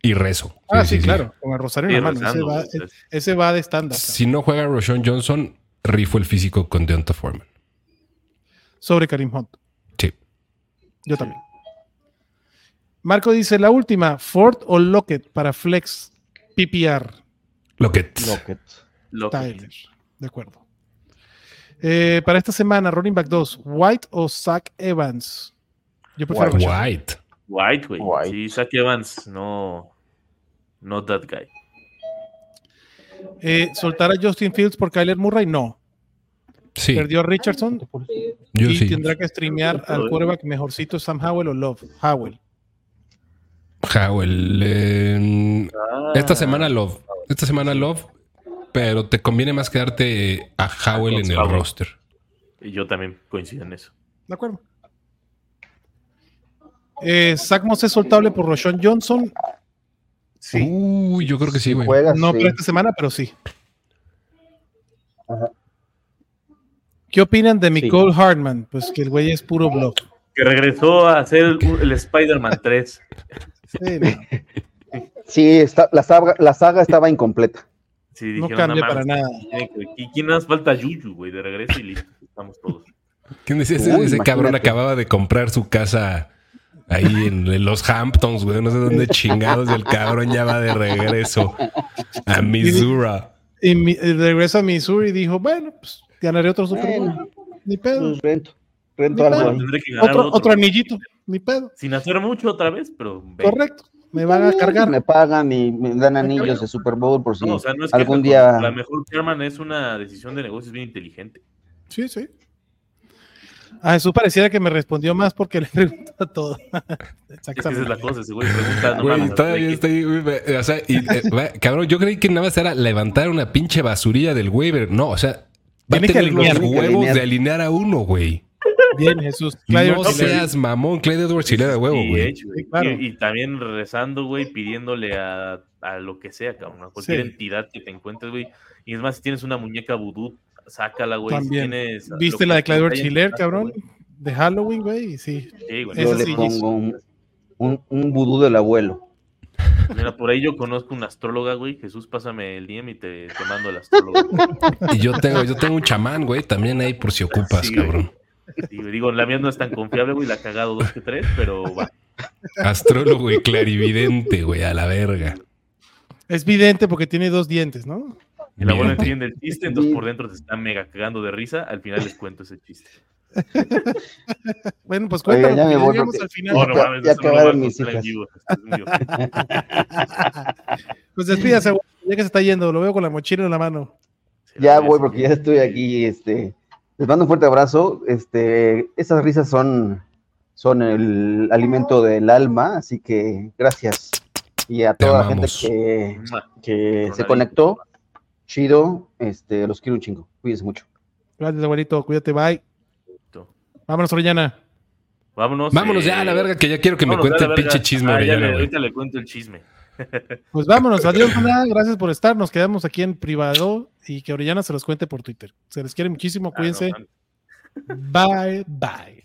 [SPEAKER 5] Y rezo.
[SPEAKER 2] Ah,
[SPEAKER 5] Sí,
[SPEAKER 2] sí,
[SPEAKER 5] sí, sí.
[SPEAKER 2] claro. Con el Rosario en
[SPEAKER 4] Y
[SPEAKER 2] la mano. Ese
[SPEAKER 4] rezando,
[SPEAKER 2] va,
[SPEAKER 4] güey.
[SPEAKER 2] ese va de estándar.
[SPEAKER 5] Si no juega Roshon Johnson, rifo el físico con Deonta Foreman.
[SPEAKER 2] Sobre Karim Hunt.
[SPEAKER 5] Sí.
[SPEAKER 2] Yo también. Marco dice, la última, Ford o Lockett para Flex PPR
[SPEAKER 5] Lockett.
[SPEAKER 3] Lockett.
[SPEAKER 4] Loco.
[SPEAKER 2] Tyler. De acuerdo. Eh, para esta semana, running back 2, White o Zach Evans. Yo prefiero
[SPEAKER 3] White.
[SPEAKER 2] Rashad.
[SPEAKER 5] White.
[SPEAKER 4] White, güey.
[SPEAKER 3] White.
[SPEAKER 4] Sí, Zach Evans, no. Not that guy.
[SPEAKER 2] Eh, soltar a Justin Fields por Kyler Murray, no.
[SPEAKER 5] Sí,
[SPEAKER 2] Perdió a Richardson
[SPEAKER 5] yo
[SPEAKER 2] y
[SPEAKER 5] sí.
[SPEAKER 2] tendrá que streamear al quarterback mejorcito Sam Howell o Love. Howell.
[SPEAKER 5] Howell. eh, esta
[SPEAKER 4] Ah,
[SPEAKER 5] semana Love. Esta semana Love. Pero te conviene más quedarte a Howell en el
[SPEAKER 4] Howell.
[SPEAKER 5] roster.
[SPEAKER 4] y Yo también coincido en eso.
[SPEAKER 2] De acuerdo. Eh, Zach Moss es soltable por Roshon Johnson.
[SPEAKER 3] Sí.
[SPEAKER 5] Uy, yo creo que sí, güey.
[SPEAKER 3] Juegas,
[SPEAKER 2] No
[SPEAKER 3] sí.
[SPEAKER 2] para esta semana, pero sí.
[SPEAKER 3] Ajá.
[SPEAKER 2] ¿Qué opinan de Nicole Hartman? Pues que el güey es puro blog.
[SPEAKER 4] Que regresó a hacer el, el Spider-Man 3.
[SPEAKER 2] Sí, no,
[SPEAKER 3] Sí, está- la, saga, la saga estaba incompleta.
[SPEAKER 4] Sí,
[SPEAKER 2] no
[SPEAKER 4] dijeron,
[SPEAKER 2] cambia
[SPEAKER 4] "No
[SPEAKER 2] para
[SPEAKER 4] mames,
[SPEAKER 2] nada.
[SPEAKER 4] tiene que- ¿Y quién más falta? Yuyu, güey, de regreso y listo. Estamos todos.
[SPEAKER 5] ¿Quién decía? Ese,
[SPEAKER 3] Uy,
[SPEAKER 5] ese cabrón
[SPEAKER 3] imagínate.
[SPEAKER 5] acababa de comprar su casa ahí en, en los Hamptons, güey. No sé dónde chingados. Y el cabrón ya va de regreso a Missouri.
[SPEAKER 2] Y mi- eh, regresa a Missouri y dijo, bueno, pues ganaré otro Super Bowl. Ni pedo.
[SPEAKER 3] Pues rento.
[SPEAKER 2] Ni
[SPEAKER 3] Rento algo.
[SPEAKER 2] pedo.
[SPEAKER 4] Tendré que ganar
[SPEAKER 2] Otro,
[SPEAKER 4] otro,
[SPEAKER 2] otro anillito. Ni pedo.
[SPEAKER 4] Sin hacer mucho otra vez, pero. ve.
[SPEAKER 2] Correcto. Me van a cargar.
[SPEAKER 3] Me pagan y me dan anillos de Super Bowl por si
[SPEAKER 4] No, o sea, no es
[SPEAKER 3] algún
[SPEAKER 4] que
[SPEAKER 3] día.
[SPEAKER 4] La mejor Sherman es una decisión de negocios bien inteligente.
[SPEAKER 2] Sí, sí. A Jesús pareciera que me respondió más porque le pregunta todo.
[SPEAKER 4] Es que esa es
[SPEAKER 2] Exactamente.
[SPEAKER 4] la cosa, ese güey pregunta. no
[SPEAKER 5] Güey,
[SPEAKER 4] mames,
[SPEAKER 5] todavía
[SPEAKER 4] ¿de qué?
[SPEAKER 5] estoy. güey, me- O sea, y, eh, va- cabrón, yo creí que nada más era levantar una pinche basurilla del waiver. No, o sea, va a
[SPEAKER 2] Tiene que
[SPEAKER 5] tener los
[SPEAKER 2] alinear.
[SPEAKER 3] Tiene que
[SPEAKER 5] huevos
[SPEAKER 3] alinear.
[SPEAKER 5] de alinear a uno, güey.
[SPEAKER 2] Bien, Jesús. Clyde
[SPEAKER 5] No
[SPEAKER 2] Ortiz.
[SPEAKER 4] pues,
[SPEAKER 5] seas mamón, Clay Edwards y le da huevo,
[SPEAKER 4] Sí, eh.
[SPEAKER 5] güey.
[SPEAKER 4] hecho, güey.
[SPEAKER 2] Sí, claro.
[SPEAKER 4] y, y también rezando, güey, pidiéndole a, a lo que sea, cabrón, a cualquier
[SPEAKER 2] Sí.
[SPEAKER 4] entidad que te encuentres, güey. Y es más, si tienes una muñeca vudú, sácala, güey. Si
[SPEAKER 2] También.
[SPEAKER 4] tienes
[SPEAKER 2] ¿Viste
[SPEAKER 4] lo
[SPEAKER 2] la
[SPEAKER 4] que
[SPEAKER 2] de Clyde
[SPEAKER 4] te haya en tu
[SPEAKER 2] Chiller,
[SPEAKER 4] casa,
[SPEAKER 2] cabrón?
[SPEAKER 4] güey.
[SPEAKER 2] De Halloween, güey. y Sí.
[SPEAKER 4] Sí, güey.
[SPEAKER 3] Yo
[SPEAKER 2] Esa
[SPEAKER 3] le
[SPEAKER 2] sí,
[SPEAKER 3] pongo un, un, un vudú del abuelo.
[SPEAKER 4] Mira, por ahí yo conozco una astróloga, güey. Jesús, pásame el DM y te, te mando el astrólogo.
[SPEAKER 5] Y yo tengo, yo tengo un chamán, güey, también ahí por si ocupas,
[SPEAKER 4] Sí, güey.
[SPEAKER 5] cabrón.
[SPEAKER 4] Sí, güey, digo, la mía no es tan confiable, güey. La he cagado dos que tres, pero va.
[SPEAKER 5] Astrólogo y clarividente, güey, a la verga.
[SPEAKER 2] Es vidente porque tiene dos dientes, ¿no?
[SPEAKER 4] El abuelo
[SPEAKER 5] Vidente.
[SPEAKER 4] entiende el chiste, entonces por dentro se está mega cagando de risa. Al final les cuento ese chiste.
[SPEAKER 2] Bueno, pues
[SPEAKER 3] Oiga,
[SPEAKER 2] cuéntanos,
[SPEAKER 3] ya
[SPEAKER 2] porque ya
[SPEAKER 3] me voy
[SPEAKER 2] llegamos
[SPEAKER 3] porque-
[SPEAKER 2] al final.
[SPEAKER 4] No, no
[SPEAKER 3] Ya-
[SPEAKER 4] mames,
[SPEAKER 3] ya
[SPEAKER 4] eso no lo voy a
[SPEAKER 3] acabaron mis
[SPEAKER 4] contar en
[SPEAKER 3] hijas.
[SPEAKER 4] vivo, es muy ofensivo.
[SPEAKER 2] Pues despídase, güey, ya que se está yendo, lo veo con la mochila en la mano.
[SPEAKER 4] Sí,
[SPEAKER 3] Ya
[SPEAKER 4] la verdad
[SPEAKER 3] voy
[SPEAKER 4] es
[SPEAKER 3] porque
[SPEAKER 4] que-
[SPEAKER 3] ya estoy aquí. Este, les mando un fuerte abrazo. Este, esas risas son, son el alimento del alma, así que gracias. Y a
[SPEAKER 5] Te
[SPEAKER 3] toda la gente
[SPEAKER 5] amamos.
[SPEAKER 3] que,
[SPEAKER 4] Mua.
[SPEAKER 3] que se
[SPEAKER 4] Ronaldinho.
[SPEAKER 3] conectó, chido, este, los quiero un chingo. Cuídense mucho.
[SPEAKER 2] Gracias, abuelito, cuídate, bye. Vámonos, Orellana.
[SPEAKER 4] Vámonos.
[SPEAKER 5] Vámonos
[SPEAKER 4] eh,
[SPEAKER 5] ya a la verga, que ya quiero que me
[SPEAKER 4] vámonos
[SPEAKER 5] cuente
[SPEAKER 4] a la
[SPEAKER 5] el pinche
[SPEAKER 4] verga.
[SPEAKER 5] chisme,
[SPEAKER 4] Ah, ya
[SPEAKER 5] Orellana,
[SPEAKER 4] le-
[SPEAKER 5] güey.
[SPEAKER 4] ahorita le cuento el chisme.
[SPEAKER 2] Pues vámonos, adiós, nada, gracias por estar. Nos quedamos aquí en privado y que Orellana se los cuente por Twitter. Se les quiere muchísimo,
[SPEAKER 4] Ah, no,
[SPEAKER 2] cuídense.
[SPEAKER 4] man.
[SPEAKER 2] Bye, bye.